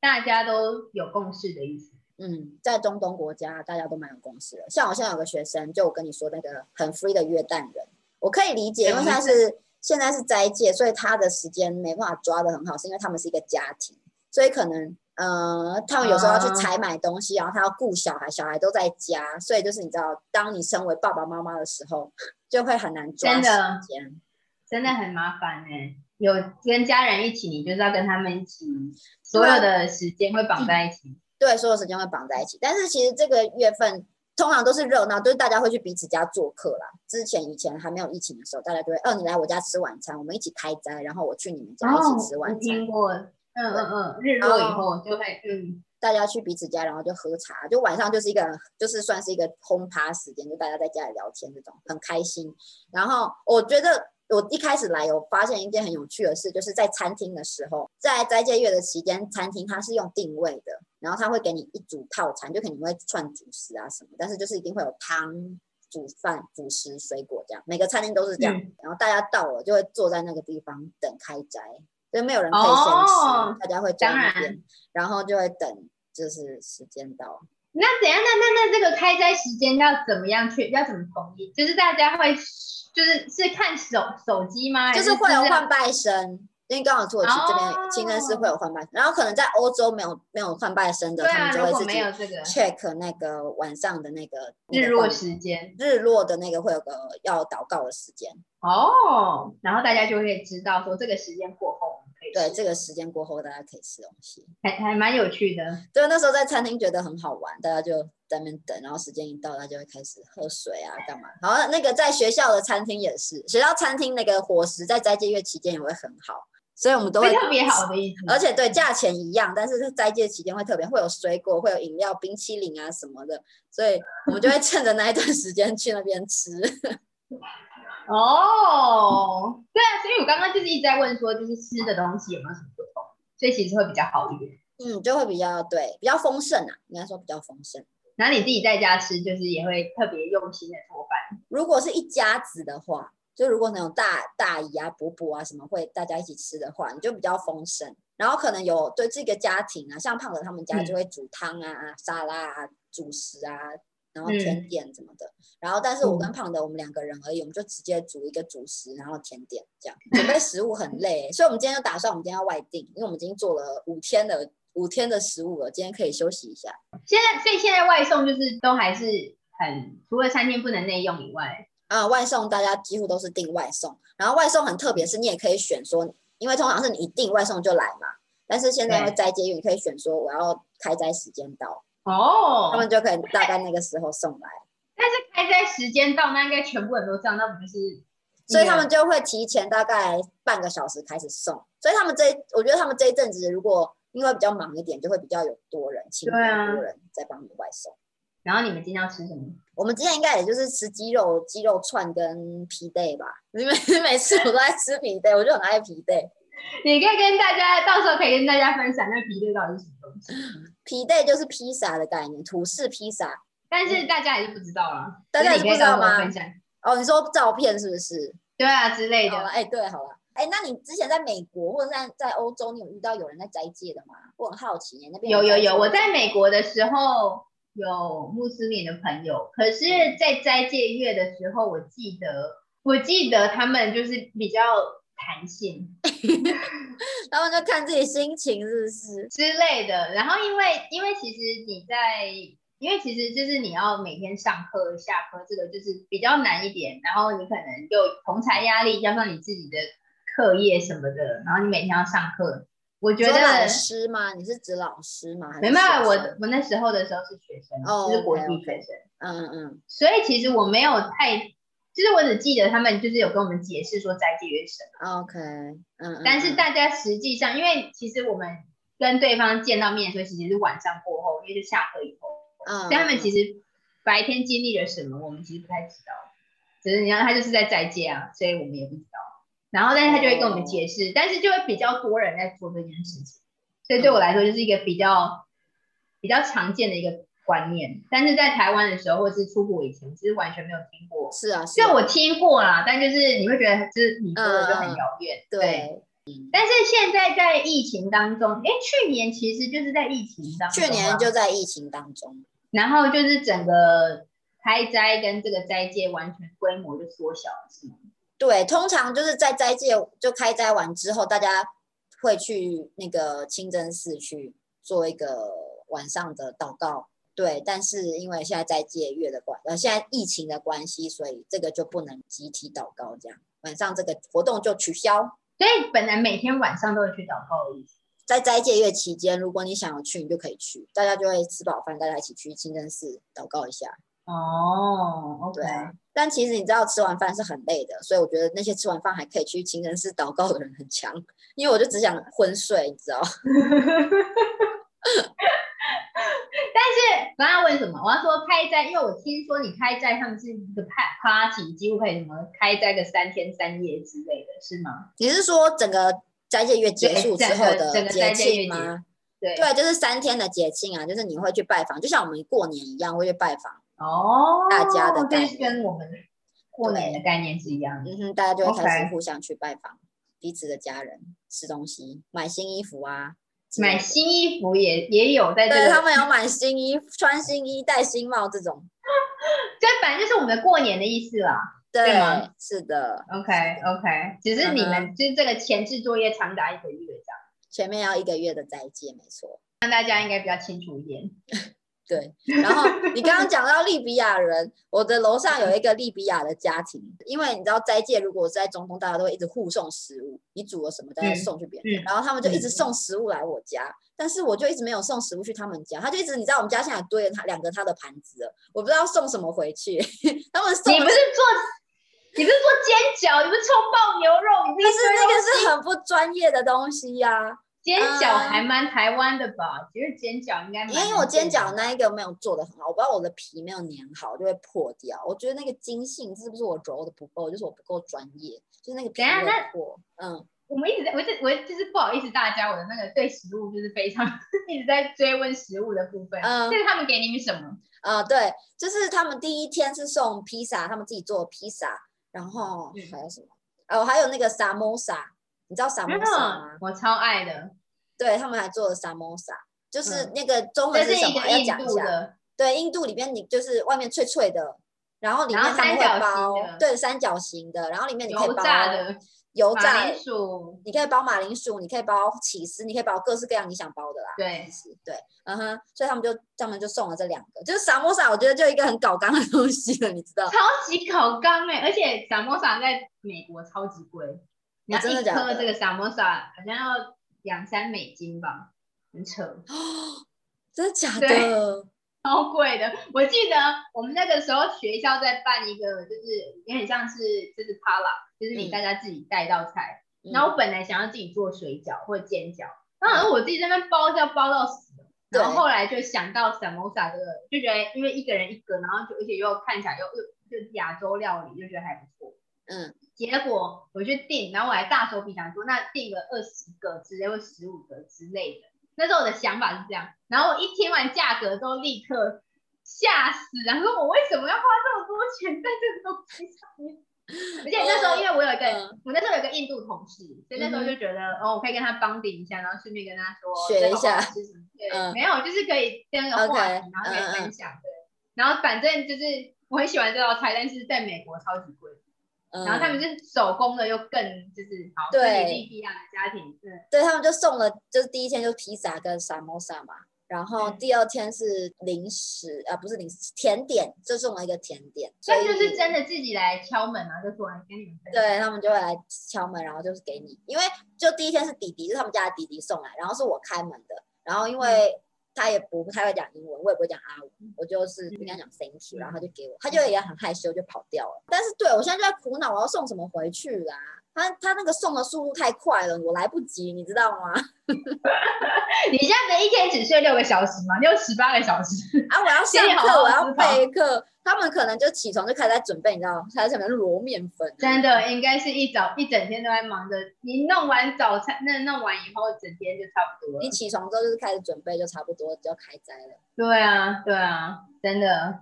[SPEAKER 2] 大家都有共识的意思。
[SPEAKER 1] 嗯，在中东国家大家都蛮有共识的。像我现在有个学生，就我跟你说那个很 free 的约旦人，我可以理解，因为
[SPEAKER 2] 什
[SPEAKER 1] 现
[SPEAKER 2] 么
[SPEAKER 1] 在
[SPEAKER 2] 意思
[SPEAKER 1] 是现在是斋戒，所以他的时间没办法抓的很好，是因为他们是一个家庭，所以可能呃，他们有时候要
[SPEAKER 2] 啊
[SPEAKER 1] 去采买东西，然后他要顾小孩，小孩都在家，所以就是你知道，当你身为爸爸妈妈的时候， [LAUGHS] 就会很难抓
[SPEAKER 2] 真
[SPEAKER 1] 时
[SPEAKER 2] 的
[SPEAKER 1] 间。
[SPEAKER 2] 真的很麻烦呢、有跟家人一起，你就是要跟他们一起，所有的时间会绑啊在一起。
[SPEAKER 1] 对，所有时间会绑在一起。但是其实这个月份通常都是热闹，就是大家会去彼此家做客啦。之前以前还没有疫情的时候，大家就会，哦，你来我家吃晚餐，我们一起开斋，然后我去你们家一起吃
[SPEAKER 2] 我
[SPEAKER 1] 晚餐，
[SPEAKER 2] 听过，嗯嗯嗯，日落以后就会，嗯，
[SPEAKER 1] 大家去彼此家，然后就喝茶，就晚上就是一个就是算是一个轰趴时间，就大家在家里聊天这种很开心。然后我觉得。我一开始来有发现一件很有趣的事，就是在餐厅的时候，在斋戒月的期间，餐厅它是用定位的，然后它会给你一组套餐，就可能会串主食啊什么，但是就是一定会有汤、煮饭、主食、水果这样，每个餐厅都是这样。然后大家到了就会坐在那个地方等开斋，所以没有人可以先吃，
[SPEAKER 2] 哦
[SPEAKER 1] 大家会坐在那
[SPEAKER 2] 当然
[SPEAKER 1] 边，然后就会等就是时间到。
[SPEAKER 2] 那怎样？那那那这个开斋时间要怎么样去？要怎么统一？就是大家会，就是是看手手机吗？还
[SPEAKER 1] 就是是会有
[SPEAKER 2] 哎是
[SPEAKER 1] 换拜生，因为刚好土耳其这边清真寺会有换拜生，然后可能在欧洲没有没有换拜生的，
[SPEAKER 2] 对啊，
[SPEAKER 1] 他
[SPEAKER 2] 如
[SPEAKER 1] 们就
[SPEAKER 2] 果
[SPEAKER 1] 会自
[SPEAKER 2] 没
[SPEAKER 1] 己
[SPEAKER 2] 有这个
[SPEAKER 1] check 那个晚上的那个那个
[SPEAKER 2] 日落
[SPEAKER 1] 换
[SPEAKER 2] 时间
[SPEAKER 1] 日落的那个会有个要祷告的时间，
[SPEAKER 2] 哦，然后大家就会知道说这个时间过后我们可以
[SPEAKER 1] 对，
[SPEAKER 2] 吃
[SPEAKER 1] 这个时间过后大家可以吃东西。
[SPEAKER 2] 还还蛮有趣的。
[SPEAKER 1] 对，那时候在餐厅觉得很好玩，大家就在那边等，然后时间一到，大家就会开始喝水啊，干嘛？然后那个在学校的餐厅也是，学校餐厅那个伙食在斋戒月期间也会很好，所以我们都会
[SPEAKER 2] 会特别好的意思。
[SPEAKER 1] 而且对价钱一样，但是在斋戒期间会特别会有水果，会有饮料、冰淇淋啊什么的，所以我们就会趁着那一段时间去那边吃。 [LAUGHS]
[SPEAKER 2] 哦，对啊，所以我刚刚就是一直在问说，就是吃的东西有没有什么不同，所以其实会比较好一点。
[SPEAKER 1] 嗯，就会比较对，比较丰盛啊，应该说比较丰盛。
[SPEAKER 2] 然后你自己在家吃，就是也会特别用心的做饭。
[SPEAKER 1] 如果是一家子的话，就如果那种大大姨啊、伯伯啊什么会大家一起吃的话，你就比较丰盛。然后可能有对这个家庭啊，像胖子他们家
[SPEAKER 2] 嗯
[SPEAKER 1] 就会煮汤啊、沙拉啊、主食啊，然后
[SPEAKER 2] 嗯
[SPEAKER 1] 甜点什么的。然后但是我
[SPEAKER 2] 嗯
[SPEAKER 1] 跟胖的我们两个人而已，我们就直接煮一个主食，然后甜点这样。准备食物很累欸、所以我们今天就打算我们今天要外订，因为我们已经做了五天的五天的食物了，今天可以休息一下。
[SPEAKER 2] 现在，所以现在外送就是都还是很，除了餐厅不能内用以外，
[SPEAKER 1] 啊，外送大家几乎都是订外送，然后外送很特别，是你也可以选说，因为通常是你一订外送就来嘛，但是现在会
[SPEAKER 2] 对
[SPEAKER 1] 斋节约，你可以选说我要开斋时间到，
[SPEAKER 2] 哦
[SPEAKER 1] 他们就可以大概那个时候送来， [LAUGHS]
[SPEAKER 2] 但是开斋时间到，那应该全部人都这样，那不就是？
[SPEAKER 1] 所以他们就会提前大概半个小时开始送，所以他们这一我觉得他们这一阵子如果因为比较忙一点，就会比较有多人，请
[SPEAKER 2] 对啊
[SPEAKER 1] 多人在帮你外送。
[SPEAKER 2] 然后你们今天要吃什么？
[SPEAKER 1] 我们今天应该也就是吃鸡肉、鸡肉串跟皮带吧，因为 [LAUGHS] 每次我都在吃皮带，我就很爱皮带。
[SPEAKER 2] 你可以跟大家，到时候可以跟大家分享那皮对到底是什么东西，
[SPEAKER 1] 皮带就是披萨的概念，吐司披萨。
[SPEAKER 2] 但是大家也是不知道了，
[SPEAKER 1] 大家
[SPEAKER 2] 所
[SPEAKER 1] 也是
[SPEAKER 2] 以你
[SPEAKER 1] 不
[SPEAKER 2] 可以
[SPEAKER 1] 知道
[SPEAKER 2] 到时候
[SPEAKER 1] 吗
[SPEAKER 2] 分享，
[SPEAKER 1] 哦，你说照片是不是？
[SPEAKER 2] 对啊之类
[SPEAKER 1] 好
[SPEAKER 2] 的
[SPEAKER 1] 了，。哎、对，好了，哎、那你之前在美国或者在在欧洲，你有遇到有人在斋戒的吗？我很好奇耶，那边
[SPEAKER 2] 有有
[SPEAKER 1] 斋戒
[SPEAKER 2] 有，
[SPEAKER 1] 吗
[SPEAKER 2] 我在美国的时候有穆斯林的朋友，可是，在斋戒月的时候，我记得我记得他们就是比较弹性
[SPEAKER 1] 然后就看自己心情是不是？
[SPEAKER 2] 之类的。然后因为因为其实你在，因为其实就是你要每天上课下课，这个就是比较难一点。然后你可能有同才压力，加上你自己的课业什么的，然后你每天要上课，我觉
[SPEAKER 1] 说老
[SPEAKER 2] 得。
[SPEAKER 1] 师吗？你是指老师吗？还是
[SPEAKER 2] 没办
[SPEAKER 1] 学
[SPEAKER 2] 法，我
[SPEAKER 1] 生
[SPEAKER 2] 我那时候的时候是学生，
[SPEAKER 1] 哦
[SPEAKER 2] 就是国际
[SPEAKER 1] OK，OK
[SPEAKER 2] 学生。
[SPEAKER 1] 嗯嗯
[SPEAKER 2] 所以其实我没有太，就是我只记得他们就是有跟我们解释说斋戒月是什么，
[SPEAKER 1] 嗯，OK，嗯嗯。
[SPEAKER 2] 但是
[SPEAKER 1] 嗯
[SPEAKER 2] 大家实际上，因为其实我们跟对方见到面的时候，其实是晚上过后，因为是下课以后，
[SPEAKER 1] 嗯，
[SPEAKER 2] 所以他们其
[SPEAKER 1] 实
[SPEAKER 2] 实白天经历了什么，我们其实不太知道。只是你看他就是在斋戒啊，所以我们也不知道。然后，但是他就会跟我们解释，但是就会比较多人在做这件事情，所以
[SPEAKER 1] 嗯
[SPEAKER 2] 对我来说就是一个比较比较常见的一个观念。但是在台湾的时候，或是出国以前，其实完全没有听过。
[SPEAKER 1] 是啊，是
[SPEAKER 2] 就
[SPEAKER 1] 啊
[SPEAKER 2] 我听过啦，但就是你会觉得就是你说的就很遥远，对。
[SPEAKER 1] 对。
[SPEAKER 2] 但是现在在疫情当中，哎，去年其实就是在疫情当中啊，
[SPEAKER 1] 去年就在疫情当中，
[SPEAKER 2] 然后就是整个开斋跟这个斋戒完全规模就缩小了，是吗？
[SPEAKER 1] 对，通常就是在斋戒就开斋完之后，大家会去那个清真寺去做一个晚上的祷告。对，但是因为现在斋戒月的关，呃，现在疫情的关系，所以这个就不能集体祷告，这样晚上这个活动就取消。
[SPEAKER 2] 所以本来每天晚上都会去祷告的意思。
[SPEAKER 1] 在斋戒月期间，如果你想要去，你就可以去，大家就会吃饱饭，大家一起去清真寺祷告一下。
[SPEAKER 2] 哦，OK。
[SPEAKER 1] 对，但其实你知道，吃完饭是很累的，所以我觉得那些吃完饭还可以去清真寺祷告的人很强，因为我就只想昏睡，你知道。
[SPEAKER 2] 但是我要问什么？我要说开斋，因为我听说你开斋他们是一个派 party，几乎可以什么开斋个三天三夜之类的，是吗？
[SPEAKER 1] 你是说整个斋戒月结束之后
[SPEAKER 2] 对整
[SPEAKER 1] 的
[SPEAKER 2] 个整个
[SPEAKER 1] 节
[SPEAKER 2] 斋戒月
[SPEAKER 1] 庆
[SPEAKER 2] 结
[SPEAKER 1] 吗？
[SPEAKER 2] 对，
[SPEAKER 1] 对，就是三天的节庆啊，就是你会去拜访，就像我们过年一样会去拜访，
[SPEAKER 2] 哦，
[SPEAKER 1] 大家的概
[SPEAKER 2] 这
[SPEAKER 1] 念
[SPEAKER 2] 是跟我们过年的概念是一样的。
[SPEAKER 1] 嗯哼，大家就会开始
[SPEAKER 2] OK
[SPEAKER 1] 互相去拜访彼此的家人，吃东西，买新衣服啊，之类
[SPEAKER 2] 买
[SPEAKER 1] 的
[SPEAKER 2] 新衣服也也有在这
[SPEAKER 1] 对他
[SPEAKER 2] 个，
[SPEAKER 1] 们有买新衣、穿新衣、戴新帽这种。
[SPEAKER 2] 这反正就是我们的过年的意思啦。对
[SPEAKER 1] 对
[SPEAKER 2] 吗，
[SPEAKER 1] 是的，
[SPEAKER 2] OK OK，只是你
[SPEAKER 1] 嗯
[SPEAKER 2] 们就是这个前置作业长达一个月这样，
[SPEAKER 1] 前面要一个月的斋戒，没错。
[SPEAKER 2] 让大家应该比较清楚一点。
[SPEAKER 1] 对，然后你刚刚讲到利比亚人，我的楼上有一个利比亚的家庭，因为你知道斋戒如果是在中东，大家都会一直互送食物，你煮了什么，大家
[SPEAKER 2] 嗯
[SPEAKER 1] 送去别人家，
[SPEAKER 2] 嗯
[SPEAKER 1] 然后他们就一直
[SPEAKER 2] 嗯
[SPEAKER 1] 送食物来我家，但是我就一直没有送食物去他们家，他就一直你知道我们家现在有堆了他两个他的盘子了，我不知道送什么回去， [LAUGHS] 他们送
[SPEAKER 2] 你
[SPEAKER 1] 的
[SPEAKER 2] 不是做，你不是做煎饺，你不是葱爆牛肉，你不
[SPEAKER 1] 但是
[SPEAKER 2] 做
[SPEAKER 1] 那个是很不专业的东西呀、
[SPEAKER 2] 煎饺
[SPEAKER 1] 嗯
[SPEAKER 2] 还蛮台湾的吧？觉得煎饺应该蛮
[SPEAKER 1] 因为我煎饺那一个没有做的很好，我不知道我的皮没有粘好，就会破掉。我觉得那个筋性是不是我揉的不够，就是我不够专业，就是那个皮
[SPEAKER 2] 等一下
[SPEAKER 1] 没有
[SPEAKER 2] 那
[SPEAKER 1] 破。嗯，
[SPEAKER 2] 我们一直在，我就我就是不好意思大家，我的那个对食物就是非常 [LAUGHS] 一直在追问食物的部分。
[SPEAKER 1] 嗯
[SPEAKER 2] 这是他们给你们什么？
[SPEAKER 1] 啊、对，就是他们第一天是送披萨，他们自己做的披萨，然后
[SPEAKER 2] 嗯
[SPEAKER 1] 还有什么？哦，还有那个萨摩萨，你知道萨摩萨吗？
[SPEAKER 2] 我超爱的，
[SPEAKER 1] 对他们还做了萨摩萨，就是
[SPEAKER 2] 嗯
[SPEAKER 1] 那个中
[SPEAKER 2] 这
[SPEAKER 1] 文
[SPEAKER 2] 是
[SPEAKER 1] 什
[SPEAKER 2] 一
[SPEAKER 1] 么？
[SPEAKER 2] 个
[SPEAKER 1] 要
[SPEAKER 2] 印
[SPEAKER 1] 讲一
[SPEAKER 2] 度
[SPEAKER 1] 下。
[SPEAKER 2] 的，
[SPEAKER 1] 对，印度里面你就是外面脆脆的，然后里面
[SPEAKER 2] 然后
[SPEAKER 1] 他们会
[SPEAKER 2] 三角
[SPEAKER 1] 包
[SPEAKER 2] 形的
[SPEAKER 1] 对三角形的，然后里面你可以
[SPEAKER 2] 油
[SPEAKER 1] 包
[SPEAKER 2] 炸的，
[SPEAKER 1] 油
[SPEAKER 2] 马
[SPEAKER 1] 炸
[SPEAKER 2] 铃，薯，
[SPEAKER 1] 你可以包马铃薯，你可以包起司，你可以包各式各样你想包的啦。
[SPEAKER 2] 对
[SPEAKER 1] 其实对，嗯哼，所以他们就他们就送了这两个，就是萨摩萨，我觉得就一个很搞纲的东西了，你知道？
[SPEAKER 2] 超级烤干哎、而且萨摩萨在美国超级贵，你要
[SPEAKER 1] 哦真的
[SPEAKER 2] 一
[SPEAKER 1] 假
[SPEAKER 2] 颗
[SPEAKER 1] 的
[SPEAKER 2] 这个萨摩萨好像要两三美金吧，很扯。
[SPEAKER 1] 真的嗯假
[SPEAKER 2] 对
[SPEAKER 1] 的？
[SPEAKER 2] 超贵的。我记得我们那个时候学校在办一个，就是有点像是就是 pala，就是你
[SPEAKER 1] 嗯
[SPEAKER 2] 大家自己带一道
[SPEAKER 1] 嗯
[SPEAKER 2] 菜。然后我本来想要自己做水饺或煎饺，然后好像我自己在那边包掉包到死了。
[SPEAKER 1] 对
[SPEAKER 2] 然后后来就想到 samosa 这个，就觉得因为一个人一个，然后就而且又看起来又又就亚洲料理，就觉得还不错。
[SPEAKER 1] 嗯，
[SPEAKER 2] 结果我去订，然后我还大手笔想说，那订个二十个之类或十五个之类的。那时候我的想法是这样，然后我一听完价格之后立刻吓死，然后我为什么要花这么多钱在这个东西上面？ [LAUGHS] 而且那时候因为我有一个，
[SPEAKER 1] 嗯
[SPEAKER 2] 我那时候有个印度同事，所以那时候
[SPEAKER 1] 嗯哼
[SPEAKER 2] 就觉得、哦，我可以跟他帮顶一下，然后顺便跟他说
[SPEAKER 1] 学一下
[SPEAKER 2] 这好不好
[SPEAKER 1] [LAUGHS]
[SPEAKER 2] 吃什么对，
[SPEAKER 1] 嗯
[SPEAKER 2] 没有，就是可以跟那个话题
[SPEAKER 1] OK，嗯
[SPEAKER 2] 然后可以分享对。然后反正就是我很喜欢这道菜，但是在美国超级贵。
[SPEAKER 1] 嗯
[SPEAKER 2] 然后他们就是手工的，又更就是好，
[SPEAKER 1] 对
[SPEAKER 2] 自己利比亚的家庭，嗯，
[SPEAKER 1] 对他们就送了，就是第一天就是披萨跟萨摩萨嘛，然后
[SPEAKER 2] 嗯
[SPEAKER 1] 第二天是零食，呃，不是零食，甜点，就送了一个甜点，
[SPEAKER 2] 所
[SPEAKER 1] 所
[SPEAKER 2] 以
[SPEAKER 1] 以
[SPEAKER 2] 就是真的自己来敲门，然后就说哎跟你们分享。
[SPEAKER 1] 对他们就会来敲门，然后就是给你，因为就第一天是弟弟，就是他们家的弟弟送来，然后是我开门的，然
[SPEAKER 2] 嗯
[SPEAKER 1] 后因为他也不太会讲英文，我也不会讲阿文，我就是
[SPEAKER 2] 嗯
[SPEAKER 1] 跟他讲 thank you，然后他就给我，他就也很害羞就跑掉了。但是对我现在就在苦恼，我要送什么回去啦？他他那个送的速度太快了，我来不及，你知道吗？ [LAUGHS]
[SPEAKER 2] 你现在的一天只睡六个小时嘛，六十八个小时，
[SPEAKER 1] 啊，我要
[SPEAKER 2] 今
[SPEAKER 1] 上
[SPEAKER 2] 天好
[SPEAKER 1] 课，
[SPEAKER 2] 好
[SPEAKER 1] 我要
[SPEAKER 2] 思考
[SPEAKER 1] 备课，他们可能就起床就开始在准备，你知道吗？开始在准备揉面粉啊，
[SPEAKER 2] 真的应该是一早一整天都在忙着。你弄完早餐，那弄完以后，整天就差不多
[SPEAKER 1] 你
[SPEAKER 2] 了。
[SPEAKER 1] 起床之后就是开始准备，就差不多就要开斋了。
[SPEAKER 2] 对啊，对啊，真的。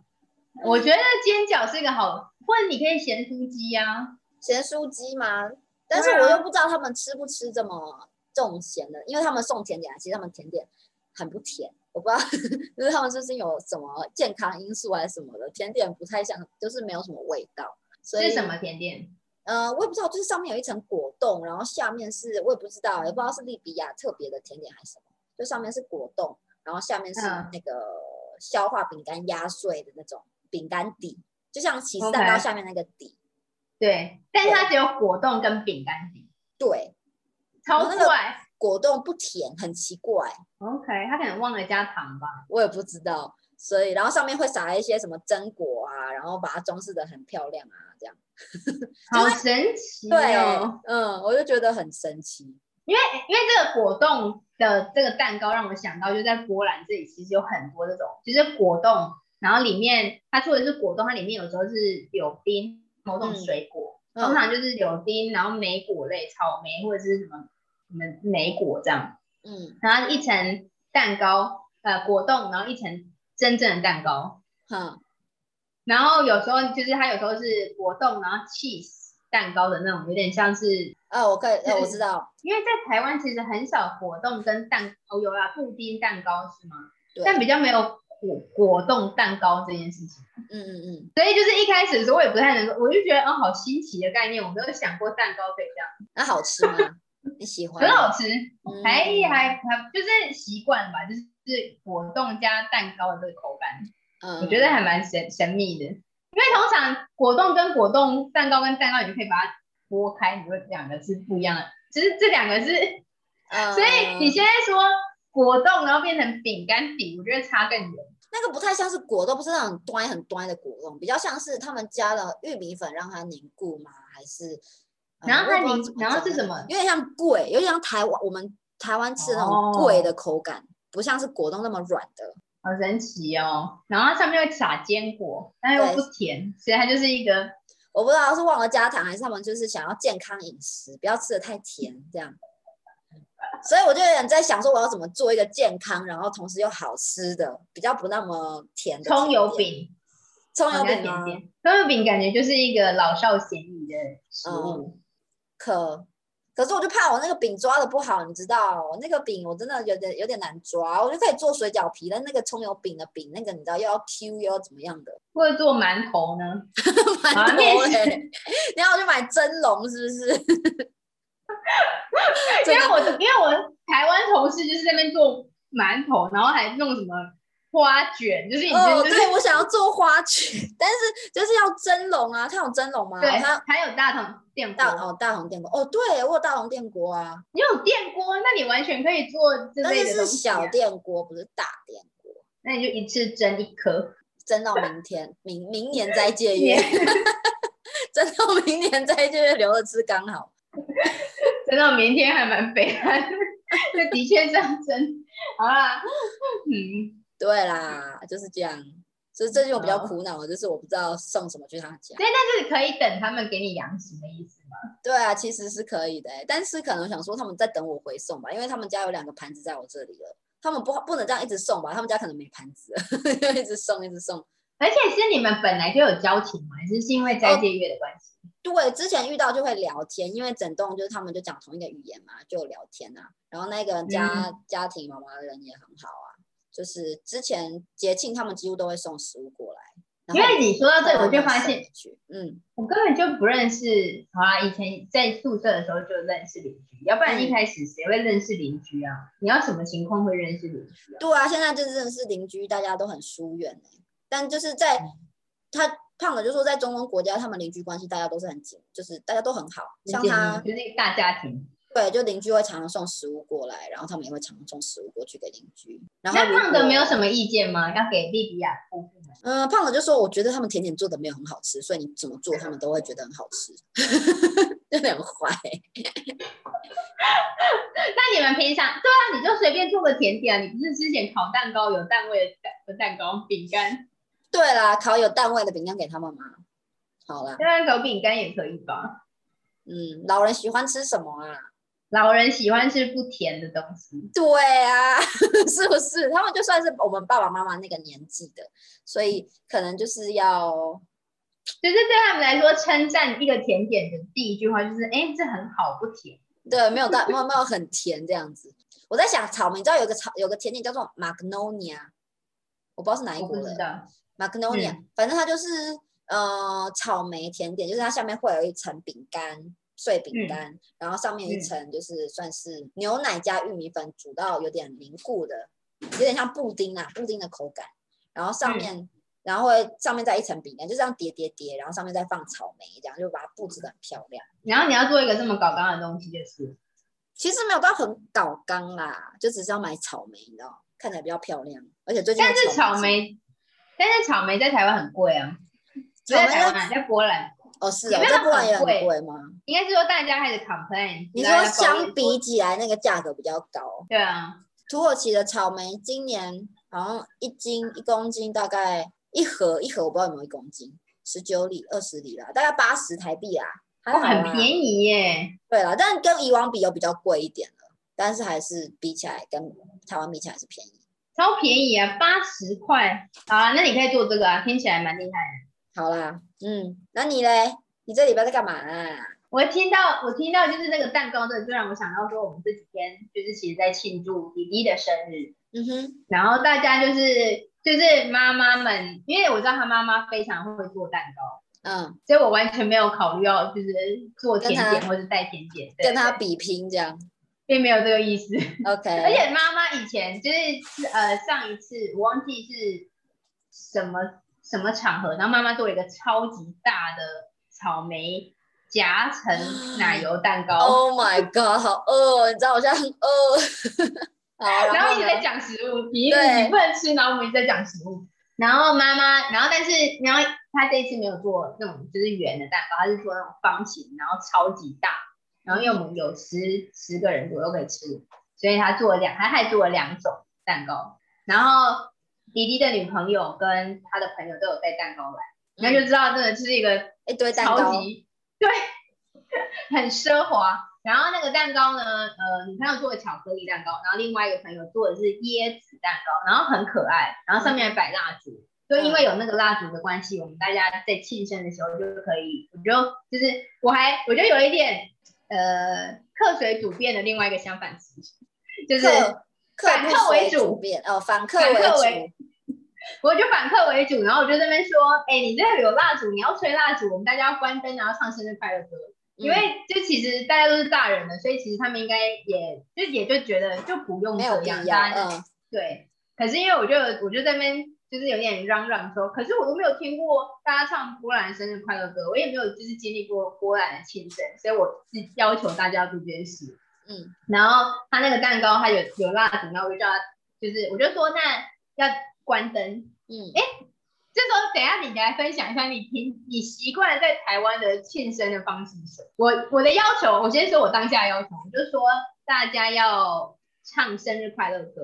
[SPEAKER 2] 我觉得煎饺是一个好，或者你可以咸酥鸡啊。
[SPEAKER 1] 咸酥鸡吗？但是
[SPEAKER 2] 对啊
[SPEAKER 1] 我又不知道他们吃不吃这么重咸的，因为他们送甜点来，其实他们甜点很不甜，我不知道， [LAUGHS] 就是他们是不是有什么健康因素还是什么的，甜点不太像，就是没有什么味道。所以
[SPEAKER 2] 是什？么甜点？
[SPEAKER 1] 呃，我也不知道，就是上面有一层果冻，然后下面是我也不知道，也不知道是利比亚特别的甜点还是什么。就上面是果冻，然后下面是
[SPEAKER 2] 嗯
[SPEAKER 1] 那个消化饼干压碎的那种饼干底，就像起司蛋糕
[SPEAKER 2] OK
[SPEAKER 1] 下面那个底。
[SPEAKER 2] 对，但是它只有果冻跟饼干底，
[SPEAKER 1] 对，
[SPEAKER 2] 超
[SPEAKER 1] 哦那个
[SPEAKER 2] 怪。
[SPEAKER 1] 果冻不甜，很奇怪，
[SPEAKER 2] OK，他可能忘了加糖吧。
[SPEAKER 1] 我也不知道。所以，然后上面会撒一些什么榛果啊，然后把它装饰的很漂亮啊，这样。
[SPEAKER 2] 好神奇
[SPEAKER 1] 对，
[SPEAKER 2] 哦！
[SPEAKER 1] 嗯，我就觉得很神奇。
[SPEAKER 2] 因为因为这个果冻的这个蛋糕让我想到，就在波兰这里其实有很多这种，就是果冻，然后里面它做的是果冻，它里面有时候是柳丁某种
[SPEAKER 1] 嗯
[SPEAKER 2] 水果，
[SPEAKER 1] 嗯
[SPEAKER 2] 通常就是柳丁，然后莓果类，草莓或者是什么什么莓果这样，
[SPEAKER 1] 嗯，
[SPEAKER 2] 然后一层蛋糕，呃，果冻，然后一层真正的蛋糕，
[SPEAKER 1] 哈，
[SPEAKER 2] 然后有时候就是它有时候是果冻，然后 cheese 蛋糕的那种，有点像是
[SPEAKER 1] 啊，我可以，
[SPEAKER 2] 就
[SPEAKER 1] 呃
[SPEAKER 2] 是
[SPEAKER 1] 我知道，
[SPEAKER 2] 因为在台湾其实很少果冻跟蛋哦，有啦，布丁蛋糕是吗？
[SPEAKER 1] 对，嗯
[SPEAKER 2] 但比较没有果果冻蛋糕这件事情。
[SPEAKER 1] 嗯嗯，
[SPEAKER 2] 所以就是一开始的时候，我也不太能够，我就觉得哦，好新奇的概念，我没有想过蛋糕可以这样，
[SPEAKER 1] 那好吃吗？你喜欢
[SPEAKER 2] 很
[SPEAKER 1] 吗？
[SPEAKER 2] 好吃，
[SPEAKER 1] 嗯
[SPEAKER 2] 还还还就是习惯吧，就是是果冻加蛋糕的这个口感，
[SPEAKER 1] 嗯
[SPEAKER 2] 我觉得还蛮神神秘的。因为通常果冻跟果冻，蛋糕跟蛋糕，你就可以把它剥开，你就会两个是不一样的，其实这两个是
[SPEAKER 1] 嗯
[SPEAKER 2] 所以你现在说果冻，然后变成饼干底，我觉得差更远。
[SPEAKER 1] 那个不太像是果冻，不是那种端很端的果冻，比较像是他们加了玉米粉让它凝固吗？还是？呃
[SPEAKER 2] 然后
[SPEAKER 1] 我
[SPEAKER 2] 它
[SPEAKER 1] 也不知道
[SPEAKER 2] 凝
[SPEAKER 1] 怎，么
[SPEAKER 2] 然后是
[SPEAKER 1] 讲
[SPEAKER 2] 什么？
[SPEAKER 1] 有点像桂，有点像台湾我们台湾吃的那种桂
[SPEAKER 2] 哦
[SPEAKER 1] 的口感，不像是果冻那么软的。
[SPEAKER 2] 好神奇哦！然后它上面会撒坚果，但又不甜，所以它就是一个
[SPEAKER 1] 我不知道是忘了加糖，还是他们就是想要健康饮食，不要吃的太甜这样。所以我就有点在想说，我要怎么做一个健康，然后同时又好吃的，比较不那么甜的
[SPEAKER 2] 葱油
[SPEAKER 1] 甜点，
[SPEAKER 2] 饼，
[SPEAKER 1] 葱油
[SPEAKER 2] 好像
[SPEAKER 1] 饼
[SPEAKER 2] 甜
[SPEAKER 1] 吗？
[SPEAKER 2] 点。葱油饼感觉就是一个老少咸宜的食物。
[SPEAKER 1] 嗯可可是我就怕我那个饼抓的不好，你知道，我那个饼我真的有点有点难抓，我就可以做水饺皮，但那个葱油饼的饼，那个你知道又要 Q 又要怎么样的，
[SPEAKER 2] 或者做馒头呢？ [LAUGHS] 啊
[SPEAKER 1] 馒
[SPEAKER 2] 面
[SPEAKER 1] 头
[SPEAKER 2] 食
[SPEAKER 1] 嘞、然后我就买蒸笼，是不是？
[SPEAKER 2] 因
[SPEAKER 1] 真
[SPEAKER 2] 为
[SPEAKER 1] 的
[SPEAKER 2] 我因为我台湾同事就是在那边做馒头，然后还弄什么花卷，就是已经
[SPEAKER 1] 哦，
[SPEAKER 2] 就是、
[SPEAKER 1] 对，我想要做花裙，但是就是要蒸笼啊，它有蒸笼吗？
[SPEAKER 2] 对，
[SPEAKER 1] 它
[SPEAKER 2] 还有大同电锅
[SPEAKER 1] 大哦大红电锅，哦对，我有大红电锅啊，
[SPEAKER 2] 你有电锅，那你完全可以做这
[SPEAKER 1] 但
[SPEAKER 2] 类
[SPEAKER 1] 是
[SPEAKER 2] 的
[SPEAKER 1] 是
[SPEAKER 2] 东西、啊
[SPEAKER 1] 小。电锅，不是大电锅，
[SPEAKER 2] 那你就一次蒸一颗，
[SPEAKER 1] 蒸到明天，明明年再借
[SPEAKER 2] 也
[SPEAKER 1] 阅。 [LAUGHS] 真到明年再去留着吃刚好。
[SPEAKER 2] 蒸到明天还蛮肥的， [LAUGHS] 这的确这样蒸。好啦，嗯，
[SPEAKER 1] 对啦，就是这样。所以最近我比较苦恼，就是我不知道送什么去他家。
[SPEAKER 2] 但是可以等他们给你粮食的意思吗？
[SPEAKER 1] 对啊，其实是可以的欸、但是可能想说他们在等我回送吧，因为他们家有两个盘子在我这里了，他们不不能这样一直送吧，他们家可能没盘子 [LAUGHS] 了，就一直送一直送。
[SPEAKER 2] 而且是你们本来就有交情吗？还是是因为
[SPEAKER 1] 哦
[SPEAKER 2] 斋戒月的关系？
[SPEAKER 1] 对，之前遇到就会聊天，因为整栋就是他们就讲同一个语言嘛，就聊天啊。然后那个人家、
[SPEAKER 2] 嗯
[SPEAKER 1] 家庭妈妈人也很好啊，就是之前节庆他们几乎都会送食物过来。然
[SPEAKER 2] 因
[SPEAKER 1] 后
[SPEAKER 2] 为你说到这，
[SPEAKER 1] 后
[SPEAKER 2] 我就
[SPEAKER 1] 面
[SPEAKER 2] 发
[SPEAKER 1] 送
[SPEAKER 2] 现
[SPEAKER 1] 回去，嗯，
[SPEAKER 2] 我根本就不认识。好啊啦，以前在宿舍的时候就认识邻居，要不然一
[SPEAKER 1] 嗯
[SPEAKER 2] 开始谁会认识邻居啊？你要什么情况会认识邻居啊？
[SPEAKER 1] 对啊，现在就真的是邻居，大家都很疏远、欸、但就是在
[SPEAKER 2] 嗯
[SPEAKER 1] 他胖的就说，在中东国家，他们邻居关系大家都是很紧，就是大家都很好。像他
[SPEAKER 2] 就是一个大家庭。
[SPEAKER 1] 对，就邻居会常常送食物过来，然后他们也会常常送食物过去给邻居。然后
[SPEAKER 2] 那
[SPEAKER 1] 如
[SPEAKER 2] 胖的
[SPEAKER 1] 果
[SPEAKER 2] 没有什么意见吗？要给啊莉迪亚夫妇们？
[SPEAKER 1] 嗯，胖子就说，我觉得他们甜点做的没有很好吃，所以你怎么做他们都会觉得很好吃， [LAUGHS] 有点坏。
[SPEAKER 2] 那你们平常对啊，你就随便做个甜点啊，你不是之前烤蛋糕有蛋味的蛋的蛋糕饼干，
[SPEAKER 1] 对啦，烤有蛋味的饼干给他们嘛。好啦，
[SPEAKER 2] 蛋糕饼干也可以吧？
[SPEAKER 1] 嗯，老人喜欢吃什么啊？
[SPEAKER 2] 老人喜欢吃不甜的东西，
[SPEAKER 1] 对啊， [LAUGHS] 是不是？他们就算是我们爸爸妈妈那个年纪的，所
[SPEAKER 2] 嗯
[SPEAKER 1] 以可能就是要
[SPEAKER 2] 就是对他们来说，称赞一个甜点的第一句话就是：哎，这很好，不甜。
[SPEAKER 1] 对，没有大 [LAUGHS] 没有没有很甜这样子。我在想草莓，你知道有个草有个甜点叫做 Magnolia，我不知道是哪一
[SPEAKER 2] 我
[SPEAKER 1] 国
[SPEAKER 2] 不
[SPEAKER 1] 的
[SPEAKER 2] 知，道，嗯
[SPEAKER 1] Magnolia，、反正它就是呃草莓甜点，就是它下面会有一层饼干，碎
[SPEAKER 2] 嗯
[SPEAKER 1] 饼干，然后上面一层就是算是牛奶加玉米粉煮到有点凝固的，有点像布丁啊，布丁的口感。然后
[SPEAKER 2] 嗯
[SPEAKER 1] 上面，然后会上面再一层饼干，就这样叠叠叠，然后上面再放草莓，这样就把它布置的很漂亮。
[SPEAKER 2] 然后你要做一个这么搞纲的东西，就是
[SPEAKER 1] 其实没有到很搞纲啦，就只是要买草莓，你知道，看起来比较漂亮。而且最近
[SPEAKER 2] 但是
[SPEAKER 1] 草
[SPEAKER 2] 草莓，但是草莓在台湾很贵啊，不在台湾，在波兰，
[SPEAKER 1] 哦是
[SPEAKER 2] 有
[SPEAKER 1] 哦，
[SPEAKER 2] 没有
[SPEAKER 1] 在波兰
[SPEAKER 2] 很
[SPEAKER 1] 也很
[SPEAKER 2] 贵
[SPEAKER 1] 贵吗？
[SPEAKER 2] 应该是说大家开始 complain，
[SPEAKER 1] 你
[SPEAKER 2] 大
[SPEAKER 1] 说
[SPEAKER 2] 家抱
[SPEAKER 1] 相
[SPEAKER 2] 怨
[SPEAKER 1] 比起来，那个价格比较高。
[SPEAKER 2] 对啊，
[SPEAKER 1] 土耳其的草莓今年好像一斤一公斤，大概一盒一盒，我不知道有没有一公斤，十九里二十里啦，大概八十台币啦，还
[SPEAKER 2] 哦
[SPEAKER 1] 好
[SPEAKER 2] 很
[SPEAKER 1] 啦。
[SPEAKER 2] 便宜耶，
[SPEAKER 1] 对啦，但跟以往比有比较贵一点了，但是还是比起来跟台湾比起来还是便宜。
[SPEAKER 2] 超便宜啊，八十块。好啊，那你可以做这个啊，听起来蛮厉害的。
[SPEAKER 1] 好啦，嗯，那你嘞？你这礼拜在干嘛啊？
[SPEAKER 2] 我听到，我听到就是那个蛋糕的，就让我想到说，我们这几天就是其实在庆祝弟弟的生日，
[SPEAKER 1] 嗯哼，
[SPEAKER 2] 然后大家就是就是妈妈们，因为我知道他妈妈非常会做蛋糕，
[SPEAKER 1] 嗯，
[SPEAKER 2] 所以我完全没有考虑要就是做甜
[SPEAKER 1] 跟
[SPEAKER 2] 点
[SPEAKER 1] 他
[SPEAKER 2] 或者带甜点，对哎
[SPEAKER 1] 跟他比拼这样。
[SPEAKER 2] 并没有这个意思。
[SPEAKER 1] OK，
[SPEAKER 2] 而且妈妈以前就是呃上一次我忘记是什么什么场合，然后妈妈做了一个超级大的草莓
[SPEAKER 1] [GASPS]
[SPEAKER 2] 夹层奶油蛋糕。
[SPEAKER 1] Oh my god，好饿，你知道我现在很饿。 [LAUGHS] 好，
[SPEAKER 2] 然
[SPEAKER 1] 然后
[SPEAKER 2] 后一直
[SPEAKER 1] 呢
[SPEAKER 2] 在讲食物，你
[SPEAKER 1] 对
[SPEAKER 2] 你不能吃，然后我们一直在讲食物。然后妈妈，然后但是然后她这一次没有做那种就是圆的蛋糕，她是做那种方形，然后超级大。然后因为我们有十十个人左右可以吃，所以她做了两，她还做了两种蛋糕。然后迪迪的女朋友跟她的朋友都有带蛋糕来，那就知道这个就是一个
[SPEAKER 1] 一堆嗯哎蛋
[SPEAKER 2] 超
[SPEAKER 1] 糕，
[SPEAKER 2] 级对， [LAUGHS] 很奢华。然后那个蛋糕呢，呃，女朋友做的巧克力蛋糕，然后另外一个朋友做的是椰子蛋糕，然后很可爱，然后上面还摆蜡烛。就
[SPEAKER 1] 嗯
[SPEAKER 2] 因为有那个蜡烛的关系，我们大家在庆生的时候就可以，我就就是我还我就有一点呃客随主便的另外一个相反词，就是
[SPEAKER 1] 客客
[SPEAKER 2] 反
[SPEAKER 1] 不
[SPEAKER 2] 客为
[SPEAKER 1] 随
[SPEAKER 2] 主
[SPEAKER 1] 便哦，反客
[SPEAKER 2] 反
[SPEAKER 1] 为
[SPEAKER 2] 客
[SPEAKER 1] 主，
[SPEAKER 2] 为我就反客为主，然后我就在那边说，哎、你这个有蜡烛，你要吹蜡烛，我们大家要关灯，然后唱生日快乐歌。因为
[SPEAKER 1] 嗯
[SPEAKER 2] 就其实大家都是大人了，所以其实他们应该也就也就觉得就不用
[SPEAKER 1] 没有
[SPEAKER 2] 这
[SPEAKER 1] 必
[SPEAKER 2] 样，
[SPEAKER 1] 要，
[SPEAKER 2] 大家就
[SPEAKER 1] 嗯，
[SPEAKER 2] 对。可是因为我就我就在那边就是有点嚷嚷说，可是我都没有听过大家唱波兰生日快乐歌，我也没有就是经历过波兰的庆生，所以我是要求大家要做这件事。
[SPEAKER 1] 嗯，
[SPEAKER 2] 然后他那个蛋糕它有有蜡烛，然后我就叫他就是我就说那要关灯， [LAUGHS]
[SPEAKER 1] 嗯，
[SPEAKER 2] 这时候，等一下你来分享一下你平你习惯在台湾的庆生的方式是什么？我我的要求，我先说我当下的要求，我就说大家要唱生日快乐歌，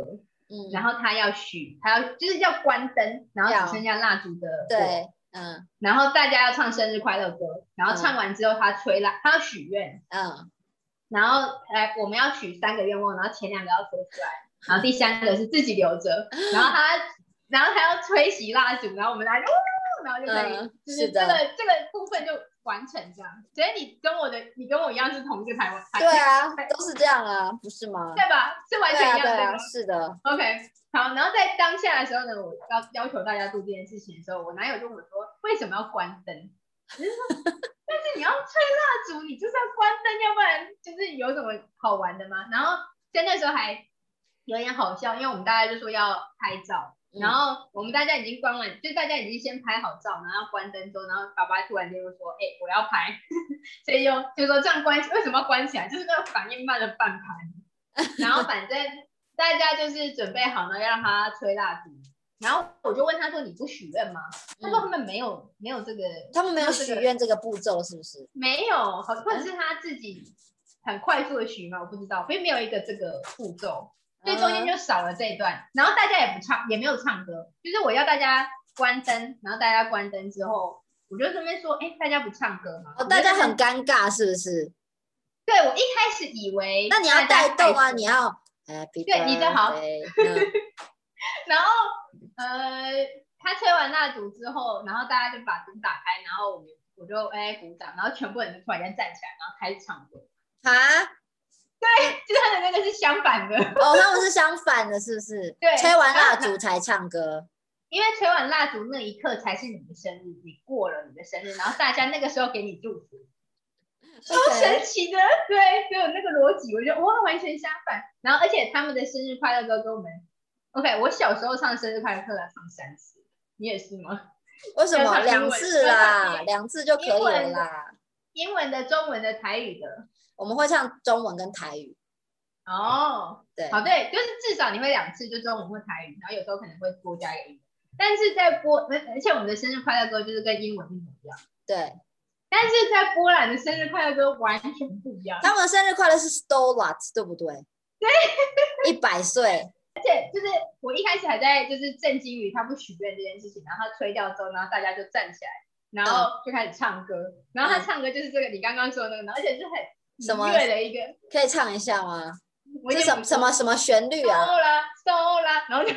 [SPEAKER 1] 嗯，
[SPEAKER 2] 然后他要许，他要就是要关灯，然后只剩下蜡烛的火，
[SPEAKER 1] 对，嗯
[SPEAKER 2] 然后大家要唱生日快乐歌，然后唱完之后他吹蜡，他要许愿，
[SPEAKER 1] 嗯，
[SPEAKER 2] 然后来我们要许三个愿望，然后前两个要说出来，然后第三个是自己留着，然后他然后他要吹熄蜡烛，然后我们来，呜然后就可以，
[SPEAKER 1] 嗯
[SPEAKER 2] 就是是这
[SPEAKER 1] 的
[SPEAKER 2] 个这个部分就完成这样。所以你跟我的你跟我一样是同一个台湾，台
[SPEAKER 1] 对啊，都是这样啊，不是吗？
[SPEAKER 2] 对吧？是完
[SPEAKER 1] 对
[SPEAKER 2] 全
[SPEAKER 1] 啊，
[SPEAKER 2] 一样
[SPEAKER 1] 对
[SPEAKER 2] 的、
[SPEAKER 1] 啊，是的，
[SPEAKER 2] OK，好，然后在当下的时候呢，我要要求大家做这件事情的时候，我男友就跟我说，为什么要关灯？我就说但是你要吹蜡烛，你就是要关灯，要不然就是有什么好玩的吗？然后在那时候还有点好笑，因为我们大家就说要拍照，
[SPEAKER 1] 嗯
[SPEAKER 2] 然后我们大家已经关完，就大家已经先拍好照，然后要关灯之后，然后爸爸突然间就说，哎、我要拍， [LAUGHS] 所以就就说这样关，为什么要关起来？就是那个反应慢了半拍，然后反正大家就是准备好呢，要让他吹蜡烛。然后我就问他说：“你不许愿吗？”他说：“他
[SPEAKER 1] 嗯，
[SPEAKER 2] 们没有，没有这个，
[SPEAKER 1] 他们没有
[SPEAKER 2] 那这
[SPEAKER 1] 许
[SPEAKER 2] 个
[SPEAKER 1] 愿这个步骤，是不是？
[SPEAKER 2] 没有，好，或者是他自己很快速的许嘛，我不知道，并没有一个这个步骤，所以中间
[SPEAKER 1] 嗯
[SPEAKER 2] 就少了这一段。然后大家也不唱，也没有唱歌，就是我要大家关灯，然后大家关灯之后，我就这边说：“哎，大家不唱歌吗？”
[SPEAKER 1] 哦，大家
[SPEAKER 2] 我就在那
[SPEAKER 1] 很尴尬，是不是？
[SPEAKER 2] 对我一开始以为，
[SPEAKER 1] 那你要带动啊，你要
[SPEAKER 2] [LAUGHS]
[SPEAKER 1] Happy
[SPEAKER 2] 对你就好
[SPEAKER 1] birthday，嗯
[SPEAKER 2] 然后呃，他吹完蜡烛之后，然后大家就把灯打开，然后我们我就哎、鼓掌，然后全部人就突然间站起来，然后开始唱歌。 [LAUGHS]
[SPEAKER 1] 啊，
[SPEAKER 2] 就是他的那个是相反的，
[SPEAKER 1] 哦，他们是相反的，是不是？
[SPEAKER 2] 对
[SPEAKER 1] 吹完
[SPEAKER 2] 然后
[SPEAKER 1] 蜡烛才唱歌，
[SPEAKER 2] [LAUGHS] 因为吹完蜡烛那一刻才是你的生日，你过了你的生日，然后大家那个时候给你祝福，超神奇的，对，所以我那个逻辑，我觉得哇，完全相反。然后，而且他们的生日快乐歌跟我们，OK，我小时候唱生日快乐歌要唱三次，你也是吗？
[SPEAKER 1] 为什么
[SPEAKER 2] 要唱英
[SPEAKER 1] 两
[SPEAKER 2] 文
[SPEAKER 1] 次
[SPEAKER 2] 要
[SPEAKER 1] 啦？
[SPEAKER 2] 唱
[SPEAKER 1] 两次就可以
[SPEAKER 2] 英
[SPEAKER 1] 了
[SPEAKER 2] 文
[SPEAKER 1] 啦。
[SPEAKER 2] 英文的、中文的、台语的，
[SPEAKER 1] 我们会唱中文跟台语，
[SPEAKER 2] 哦，
[SPEAKER 1] 对，
[SPEAKER 2] 好，对，就是至少你会两次，就中文或台语，然后有时候可能会多加一个英文。但是在波，而而且我们的生日快乐歌就是跟英文一模一样，
[SPEAKER 1] 对，
[SPEAKER 2] 但是在波兰的生日快乐歌完全不一样。
[SPEAKER 1] 他们的生日快乐是 Stolat，对不对？对，一百岁，
[SPEAKER 2] 就是我一开始还在就是震惊于他不许愿这件事情，然后他吹掉之后，然后大家就站起来，然
[SPEAKER 1] 嗯
[SPEAKER 2] 后就开始唱歌，然后他唱歌就是这个你刚刚说的那个，然后而且是很
[SPEAKER 1] 什么
[SPEAKER 2] 愉悦的一个，
[SPEAKER 1] 可以唱一下吗？
[SPEAKER 2] 我
[SPEAKER 1] 这
[SPEAKER 2] 也
[SPEAKER 1] 什么什么什么旋律啊？
[SPEAKER 2] 收啦收啦，然后就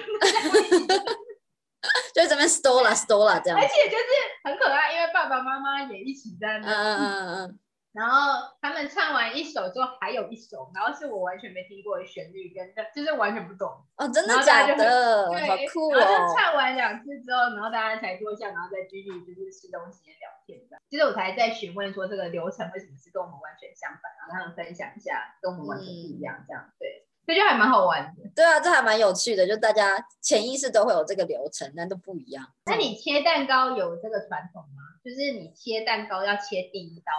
[SPEAKER 1] 就这边 Stola Stola 这样
[SPEAKER 2] 而。且就是很可爱，因为爸爸妈妈也一起在
[SPEAKER 1] 嗯
[SPEAKER 2] 那，
[SPEAKER 1] 嗯嗯嗯
[SPEAKER 2] 然后他们唱完一首之后还有一首，然后是我完全没听过的旋律跟就是完全不懂。
[SPEAKER 1] 嗯，哦，真
[SPEAKER 2] 然
[SPEAKER 1] 的
[SPEAKER 2] 后大
[SPEAKER 1] 假
[SPEAKER 2] 家就很
[SPEAKER 1] 的？
[SPEAKER 2] 对，
[SPEAKER 1] 好酷
[SPEAKER 2] 然后
[SPEAKER 1] 哦
[SPEAKER 2] 就！唱完两次之后，然后大家才坐下，然后再继续就是吃东西聊天这样。其实我才在询问说这个流程为什么是跟我们完全相反，然后让他们分享一下跟我们完全不
[SPEAKER 1] 嗯
[SPEAKER 2] 一样这样。对，所以就还蛮好玩的。
[SPEAKER 1] 对啊，这还蛮有趣的，就大家潜意识都会有这个流程，但都不一样。
[SPEAKER 2] 那你切蛋糕有这个传统吗？就是你切蛋糕要切第一刀，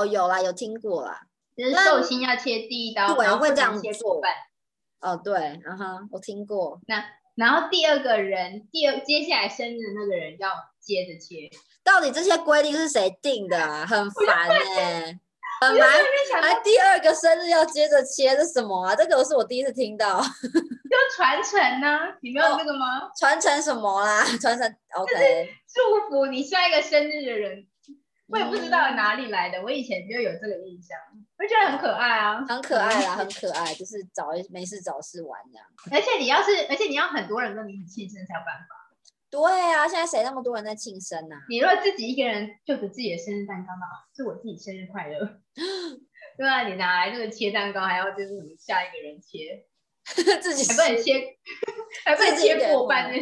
[SPEAKER 1] 哦，有啦，有听过啦。
[SPEAKER 2] 就是
[SPEAKER 1] 那
[SPEAKER 2] 寿星要切第一刀，
[SPEAKER 1] 对
[SPEAKER 2] 然后
[SPEAKER 1] 会
[SPEAKER 2] 不
[SPEAKER 1] 这
[SPEAKER 2] 能
[SPEAKER 1] 样
[SPEAKER 2] 切
[SPEAKER 1] 做
[SPEAKER 2] 半。
[SPEAKER 1] 哦，对，嗯哼，我听过。
[SPEAKER 2] 然后第二个人，第二接下来生日的那个人要接着切。
[SPEAKER 1] 到底这些规定是谁定的啊？很烦哎、很烦
[SPEAKER 2] 我就。在那边想
[SPEAKER 1] 还
[SPEAKER 2] 说，
[SPEAKER 1] 第二个生日要接着切，这什么啊？这个是我第一次听到，
[SPEAKER 2] 就传承呢、你没
[SPEAKER 1] 哦
[SPEAKER 2] 有这个吗？
[SPEAKER 1] 传承什么啦？ [LAUGHS] 传承 OK，
[SPEAKER 2] 祝福你下一个生日的人。我也不知
[SPEAKER 1] 嗯
[SPEAKER 2] 道哪里来的，我以前就有这个印象，我觉得很可爱啊，
[SPEAKER 1] 嗯很可爱啦，很可爱，就是找一没事找事玩这样。
[SPEAKER 2] 而且你要是，而且你要很多人跟你一起庆生才有办法。
[SPEAKER 1] 对啊，现在谁那么多人在庆生啊？ [LAUGHS]
[SPEAKER 2] 你如果自己一个人就着自己的生日蛋糕嘛，祝我自己生日快乐。 [LAUGHS] 对啊，你拿来这个切蛋糕，还要就是什么下一个人切，
[SPEAKER 1] 自己
[SPEAKER 2] 还不能切， [LAUGHS] 还不能
[SPEAKER 1] 自己一个哦人
[SPEAKER 2] 切过半呢。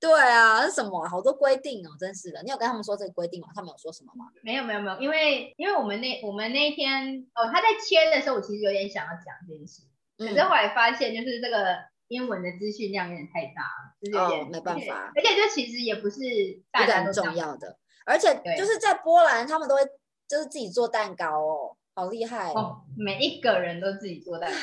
[SPEAKER 1] 对啊，是什么啊、好多规定哦，真是的。你有跟他们说这个规定吗？他们有说什么吗？
[SPEAKER 2] 没有没有没有，因为因为我们那我们那一天哦，他在切的时候，我其实有点想要讲这件事。可是
[SPEAKER 1] 嗯，
[SPEAKER 2] 后来发现，就是这个英文的资讯量有点太大了，就是有点、
[SPEAKER 1] 哦没办法
[SPEAKER 2] 而且而且就其实也不是
[SPEAKER 1] 这
[SPEAKER 2] 大
[SPEAKER 1] 个
[SPEAKER 2] 家
[SPEAKER 1] 很
[SPEAKER 2] 都这
[SPEAKER 1] 重
[SPEAKER 2] 样，
[SPEAKER 1] 要的，而且
[SPEAKER 2] 对
[SPEAKER 1] 就是在波兰，他们都会就是自己做蛋糕哦，好厉害哦。
[SPEAKER 2] 哦，每一个人都自己做蛋糕，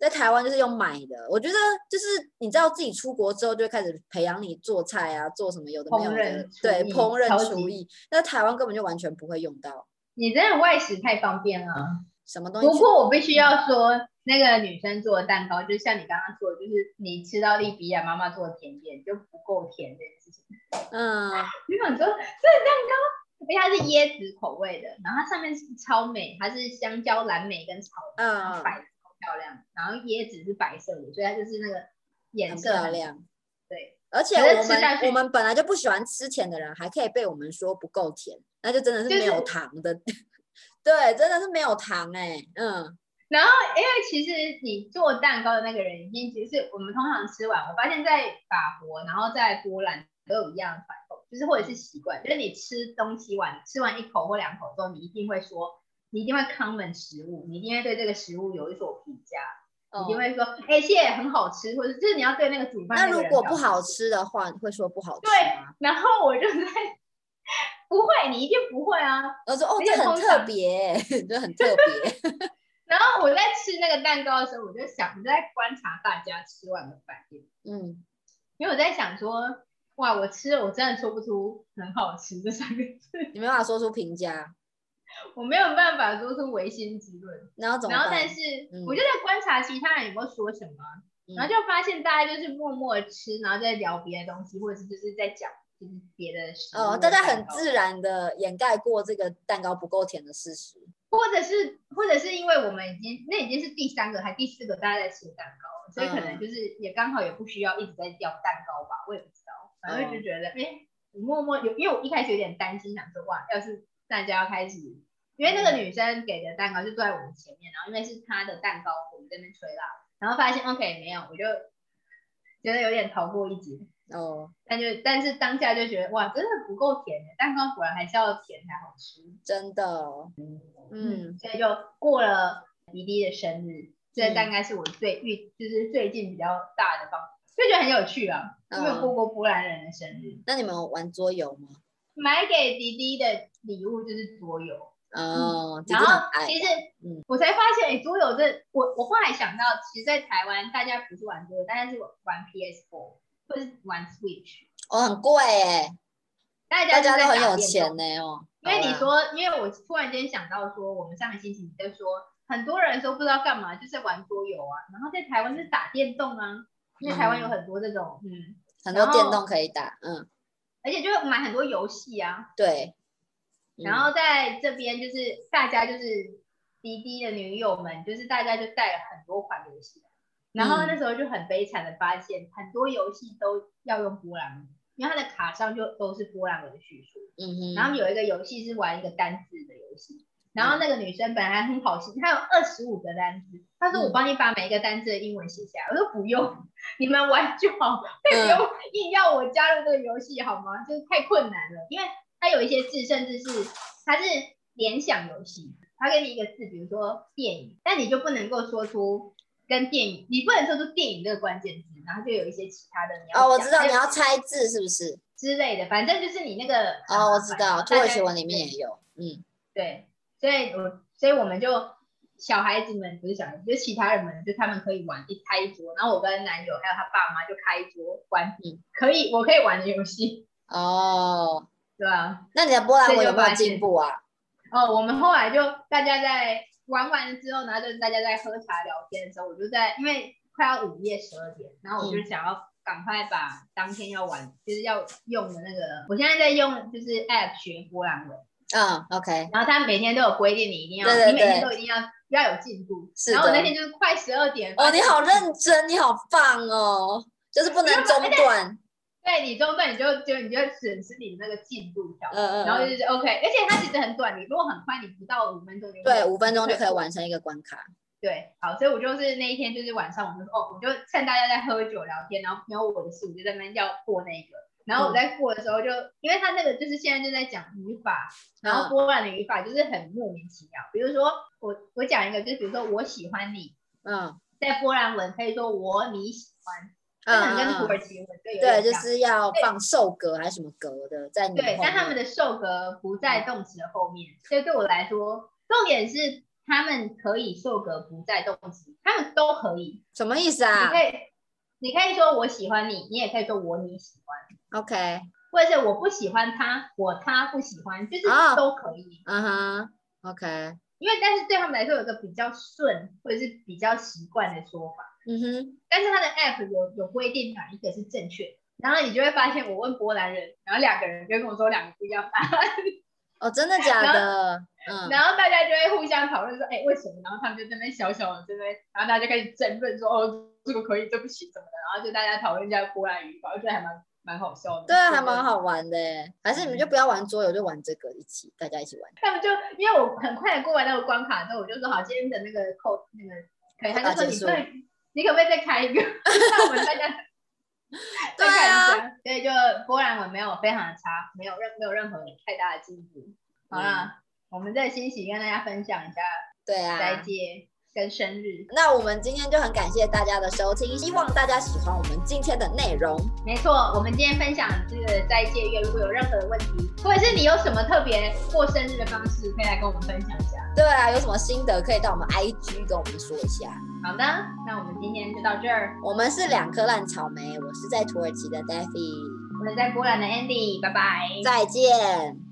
[SPEAKER 1] 在台湾就是用买的，我觉得就是你知道自己出国之后就会开始培养你做菜啊，做什么有的没有
[SPEAKER 2] 烹饪
[SPEAKER 1] 的
[SPEAKER 2] 厨，
[SPEAKER 1] 对，
[SPEAKER 2] 艺
[SPEAKER 1] 烹
[SPEAKER 2] 超
[SPEAKER 1] 饪
[SPEAKER 2] 级
[SPEAKER 1] 厨艺，那台湾根本就完全不会用到
[SPEAKER 2] 你真的外食太方便了。
[SPEAKER 1] 什么东西
[SPEAKER 2] 不
[SPEAKER 1] 去。
[SPEAKER 2] 过我必须要说，那个女生做的蛋糕，就像你刚刚说的，就是你吃到利比亚妈妈做的甜点就不够甜这件事情。
[SPEAKER 1] 嗯，
[SPEAKER 2] 你想说这个蛋糕，而且哎它是椰子口味的，然后它上面是超美，它是香蕉、蓝莓跟草莓，
[SPEAKER 1] 嗯
[SPEAKER 2] 然后摆的超漂亮，然后椰子是白色的，所以它就是那个颜
[SPEAKER 1] 很
[SPEAKER 2] 色啊
[SPEAKER 1] 漂。亮。
[SPEAKER 2] 对，
[SPEAKER 1] 而且
[SPEAKER 2] 可是
[SPEAKER 1] 我
[SPEAKER 2] 吃
[SPEAKER 1] 们
[SPEAKER 2] 下去
[SPEAKER 1] 我们本来就不喜欢吃甜的人，还可以被我们说不够甜，那就真的是
[SPEAKER 2] 就
[SPEAKER 1] 没有
[SPEAKER 2] 是
[SPEAKER 1] 糖的。 [LAUGHS] 对，真的是没有糖哎、嗯，
[SPEAKER 2] 因为其实你做蛋糕的那个人已经，就是我们通常吃完，我发现在法国，然后在波兰都有一样的传统，就是或者是习惯，就是你吃东西完，吃完一口或两口之后，你一定会说，你一定会 comment 食物，你一定会对这个食物有一所评价。
[SPEAKER 1] 哦
[SPEAKER 2] 你就会说，哎、谢谢，很好吃，或者就是你要对那个煮饭
[SPEAKER 1] 那
[SPEAKER 2] 个
[SPEAKER 1] 如
[SPEAKER 2] 人
[SPEAKER 1] 果
[SPEAKER 2] 表
[SPEAKER 1] 不
[SPEAKER 2] 示
[SPEAKER 1] 好
[SPEAKER 2] 谢谢。
[SPEAKER 1] 吃的话，你会说不好吃
[SPEAKER 2] 对
[SPEAKER 1] 吗？
[SPEAKER 2] 然后我就在，不会，你一定不会啊。
[SPEAKER 1] 我说哦，
[SPEAKER 2] 而
[SPEAKER 1] 这
[SPEAKER 2] 且
[SPEAKER 1] 很
[SPEAKER 2] 通
[SPEAKER 1] 特
[SPEAKER 2] 常
[SPEAKER 1] 别、 [LAUGHS] 这很特别。
[SPEAKER 2] 然后我在吃那个蛋糕的时候，我就想，我就在观察大家吃完的反应，
[SPEAKER 1] 嗯，
[SPEAKER 2] 因为我在想说，哇，我吃了，我真的说不出很好吃这三个字，
[SPEAKER 1] 你没办法说出评价，
[SPEAKER 2] 我没有办法说出唯心之论。
[SPEAKER 1] 然后怎么
[SPEAKER 2] 然后，
[SPEAKER 1] 办？
[SPEAKER 2] 但是、
[SPEAKER 1] 嗯
[SPEAKER 2] 我就在观察其他人有没有说什么啊，
[SPEAKER 1] 嗯
[SPEAKER 2] 然后就发现大家就是默默地吃，然后在聊别的东西，或者是就是在讲就是别的食物
[SPEAKER 1] 哦，大
[SPEAKER 2] 的
[SPEAKER 1] 家
[SPEAKER 2] 蛋
[SPEAKER 1] 很
[SPEAKER 2] 糕
[SPEAKER 1] 自然的掩盖过这个蛋糕不够甜的事实。
[SPEAKER 2] 或者是或者是因为我们已经那已经是第三个还第四个大家在吃蛋糕了，所以可能
[SPEAKER 1] 嗯
[SPEAKER 2] 就是也刚好也不需要一直在要蛋糕吧，我也不知道，反正就觉得哎、诶我默默有，因为我一开始有点担心，想说哇，要是大家要开始，因为那个女生给的蛋糕就坐在我们前面，然后因为是她的蛋糕，我们这边吹蜡，然后发现 OK 没有，我就觉得有点逃过一劫，
[SPEAKER 1] 哦，
[SPEAKER 2] 但就但是当下就觉得哇，真的不够甜的，蛋糕果然还是要甜才好吃。
[SPEAKER 1] 真的，哦嗯，
[SPEAKER 2] 所以就过了迪迪的生日，这大概是我最遇，就是最近比较大的方，就觉得很有趣啊。因
[SPEAKER 1] 嗯
[SPEAKER 2] 为有过过波兰人的生日，
[SPEAKER 1] 那你们有玩桌游吗？
[SPEAKER 2] 买给迪迪的礼物就是桌游。
[SPEAKER 1] 哦，
[SPEAKER 2] 嗯然
[SPEAKER 1] 弟弟很
[SPEAKER 2] 后
[SPEAKER 1] 爱
[SPEAKER 2] 其实
[SPEAKER 1] 嗯，
[SPEAKER 2] 我才发现，哎、桌游这我我后来想到，其实，在台湾大家不是玩桌游，大家是玩 PS4 或是玩 Switch，
[SPEAKER 1] 哦很贵哎，
[SPEAKER 2] 大
[SPEAKER 1] 大
[SPEAKER 2] 家
[SPEAKER 1] 家
[SPEAKER 2] 都
[SPEAKER 1] 都很有钱。呢哦。
[SPEAKER 2] 因为你
[SPEAKER 1] 好啦，
[SPEAKER 2] 说，因为我突然间想到说，我们上个星期就说，很多人说不知道干嘛，就是玩桌游啊，然后在台湾是打电动啊，因为台湾有很多这种，嗯，
[SPEAKER 1] 很多
[SPEAKER 2] 然
[SPEAKER 1] 电
[SPEAKER 2] 后
[SPEAKER 1] 动可以打，嗯，
[SPEAKER 2] 而且就会买很多游戏啊，
[SPEAKER 1] 对。嗯
[SPEAKER 2] 然后在这边就是大家就是滴滴的女友们，就是大家就带了很多款游戏来，然后
[SPEAKER 1] 嗯
[SPEAKER 2] 那时候就很悲惨的发现，很多游戏都要用波兰文，因为它的卡上就都是波兰文的叙述。
[SPEAKER 1] 嗯哼，
[SPEAKER 2] 然后有一个游戏是玩一个单字的游戏，然
[SPEAKER 1] 嗯
[SPEAKER 2] 后那个女生本来很好心，她有二十五个单字，她说
[SPEAKER 1] 嗯
[SPEAKER 2] 我帮你把每一个单字的英文写下来，我说不用，你们玩就好，
[SPEAKER 1] 嗯
[SPEAKER 2] [LAUGHS] 不用硬要我加入这个游戏好吗？就是太困难了，因为它有一些字甚至是它是联想游戏，它给你一个字，比如说电影，但你就不能够说出。跟电影，你不能说出电影这个关键字，然后就有一些其他的你要
[SPEAKER 1] 哦，我
[SPEAKER 2] 讲
[SPEAKER 1] 知道
[SPEAKER 2] 还有
[SPEAKER 1] 你要猜字是不是？
[SPEAKER 2] 之类的，反正就是你那个
[SPEAKER 1] 哦，我知
[SPEAKER 2] 啊
[SPEAKER 1] 道，土耳其文里
[SPEAKER 2] 也。
[SPEAKER 1] 面也有，嗯，
[SPEAKER 2] 对，所以我所以我们就小孩子们不是小孩子，就其他人们就他们可以玩一开一桌，然后我跟男友还有他爸妈就开一桌玩，
[SPEAKER 1] 嗯
[SPEAKER 2] 可以我可以玩的游戏，
[SPEAKER 1] 哦，
[SPEAKER 2] 对吧？
[SPEAKER 1] 那你的波兰
[SPEAKER 2] 所以
[SPEAKER 1] 文
[SPEAKER 2] 就
[SPEAKER 1] 有没有
[SPEAKER 2] 发
[SPEAKER 1] 进
[SPEAKER 2] 现
[SPEAKER 1] 步啊？
[SPEAKER 2] 哦，我们后来就大家在玩完了之后，然后就是大家在喝茶聊天的时候，我就在因为快要午夜十二点，然后
[SPEAKER 1] 嗯
[SPEAKER 2] 我就想要。赶快把当天要玩，就是要用的那个，我现在在用就是 App 学波兰文，
[SPEAKER 1] 嗯，OK，
[SPEAKER 2] 然后他每天都有规定，你一定要，
[SPEAKER 1] 对对
[SPEAKER 2] 你每天
[SPEAKER 1] 对
[SPEAKER 2] 都一定要要有进度。
[SPEAKER 1] 是
[SPEAKER 2] 然后我
[SPEAKER 1] 的
[SPEAKER 2] 那天就是快十二点，
[SPEAKER 1] 哦，你好认真，你好棒哦，就是不能中断，
[SPEAKER 2] 对你中断，你就就你就损失你的那个进度条。
[SPEAKER 1] 嗯嗯
[SPEAKER 2] 然后
[SPEAKER 1] 嗯，
[SPEAKER 2] 就是 OK，而且它其实很短，你如果很快，你不到五分钟就
[SPEAKER 1] 对，五分钟就可以
[SPEAKER 2] 过
[SPEAKER 1] 完成一个关卡，
[SPEAKER 2] 对，好，所以我就是那一天就是晚上，我就说哦，我就趁大家在喝酒聊天，然后没有我的事，我就在那边要过那个。然后
[SPEAKER 1] 嗯
[SPEAKER 2] 我在过的时候就，因为他那个就是现在就在讲语法，然后波兰的语法就是很莫名其妙。比如说我我讲一个，就是比如说我喜欢你，
[SPEAKER 1] 嗯
[SPEAKER 2] 在波兰文可以说我你喜欢，
[SPEAKER 1] 嗯
[SPEAKER 2] 但很跟土
[SPEAKER 1] 嗯，
[SPEAKER 2] 耳
[SPEAKER 1] 嗯
[SPEAKER 2] 其文就
[SPEAKER 1] 对，
[SPEAKER 2] 有点
[SPEAKER 1] 就
[SPEAKER 2] 像。
[SPEAKER 1] 是嗯要
[SPEAKER 2] 对
[SPEAKER 1] 放兽格还是什么格的，在你
[SPEAKER 2] 对，
[SPEAKER 1] 后
[SPEAKER 2] 但他们
[SPEAKER 1] 面，
[SPEAKER 2] 的受格不在动词的后面，所以对我来说，重点是他们可以受格不在动词，他们都可以。
[SPEAKER 1] 什么意思
[SPEAKER 2] 你
[SPEAKER 1] 啊
[SPEAKER 2] 可以，你可以说我喜欢你，你也可以说我你喜欢，
[SPEAKER 1] ？OK，
[SPEAKER 2] 或者是我不喜欢他，我他不喜欢，就是
[SPEAKER 1] 哦
[SPEAKER 2] 都可以。
[SPEAKER 1] 嗯哼，OK，
[SPEAKER 2] 因为但是对他们来说，有一个比较顺或者是比较习惯的说法。
[SPEAKER 1] 嗯哼，
[SPEAKER 2] 但是它的 app 有有规定哪一个是正确的，然后你就会发现我问波兰人，然后两个人就跟我说两个不一样答案，
[SPEAKER 1] 哦，真的假的？嗯，
[SPEAKER 2] 然后大家就会互相讨论说，哎、为什么？然后他们就在那边小小的这边，然后大家就开始争论说，哦，这个可以，这不行什么的，然后就大家讨论一下波兰语法，我觉得还蛮蛮好笑的。
[SPEAKER 1] 对啊，还
[SPEAKER 2] 就是
[SPEAKER 1] 蛮。好玩的耶，还是你
[SPEAKER 2] 嗯
[SPEAKER 1] 们就不要玩桌游，就玩这个一起，大家一起玩。
[SPEAKER 2] 他们就因为我很快的过完那个关卡之后，我就说好，今天的那个扣那个可以，他
[SPEAKER 1] 啊
[SPEAKER 2] 就说
[SPEAKER 1] 结
[SPEAKER 2] 你
[SPEAKER 1] 束
[SPEAKER 2] 不能，你可不可以再开一个？ [LAUGHS] 那我们大家
[SPEAKER 1] 对
[SPEAKER 2] 再看一
[SPEAKER 1] 啊，
[SPEAKER 2] 下，所以就波兰文没有非常的差，没有任没有任何太大的进步。好
[SPEAKER 1] 嗯
[SPEAKER 2] 啦，我们这欣喜跟大家分享一下
[SPEAKER 1] 对
[SPEAKER 2] 斋
[SPEAKER 1] 啊。
[SPEAKER 2] 戒跟生日，
[SPEAKER 1] 那我们今天就很感谢大家的收听，希望大家喜欢我们今天的内容。
[SPEAKER 2] 没错，我们今天分享这个斋戒月，如果有任何的问题，或者是你有什么特别过生日的方式，可以来跟我们分享一下。
[SPEAKER 1] 对啊，有什么心得可以到我们 IG 跟我们说一下。
[SPEAKER 2] 好的，那我们今天就到这儿，
[SPEAKER 1] 我们是两颗烂草莓，我是在土耳其的 Daffy，
[SPEAKER 2] 我们在波兰的 Andy，拜拜。
[SPEAKER 1] 再见。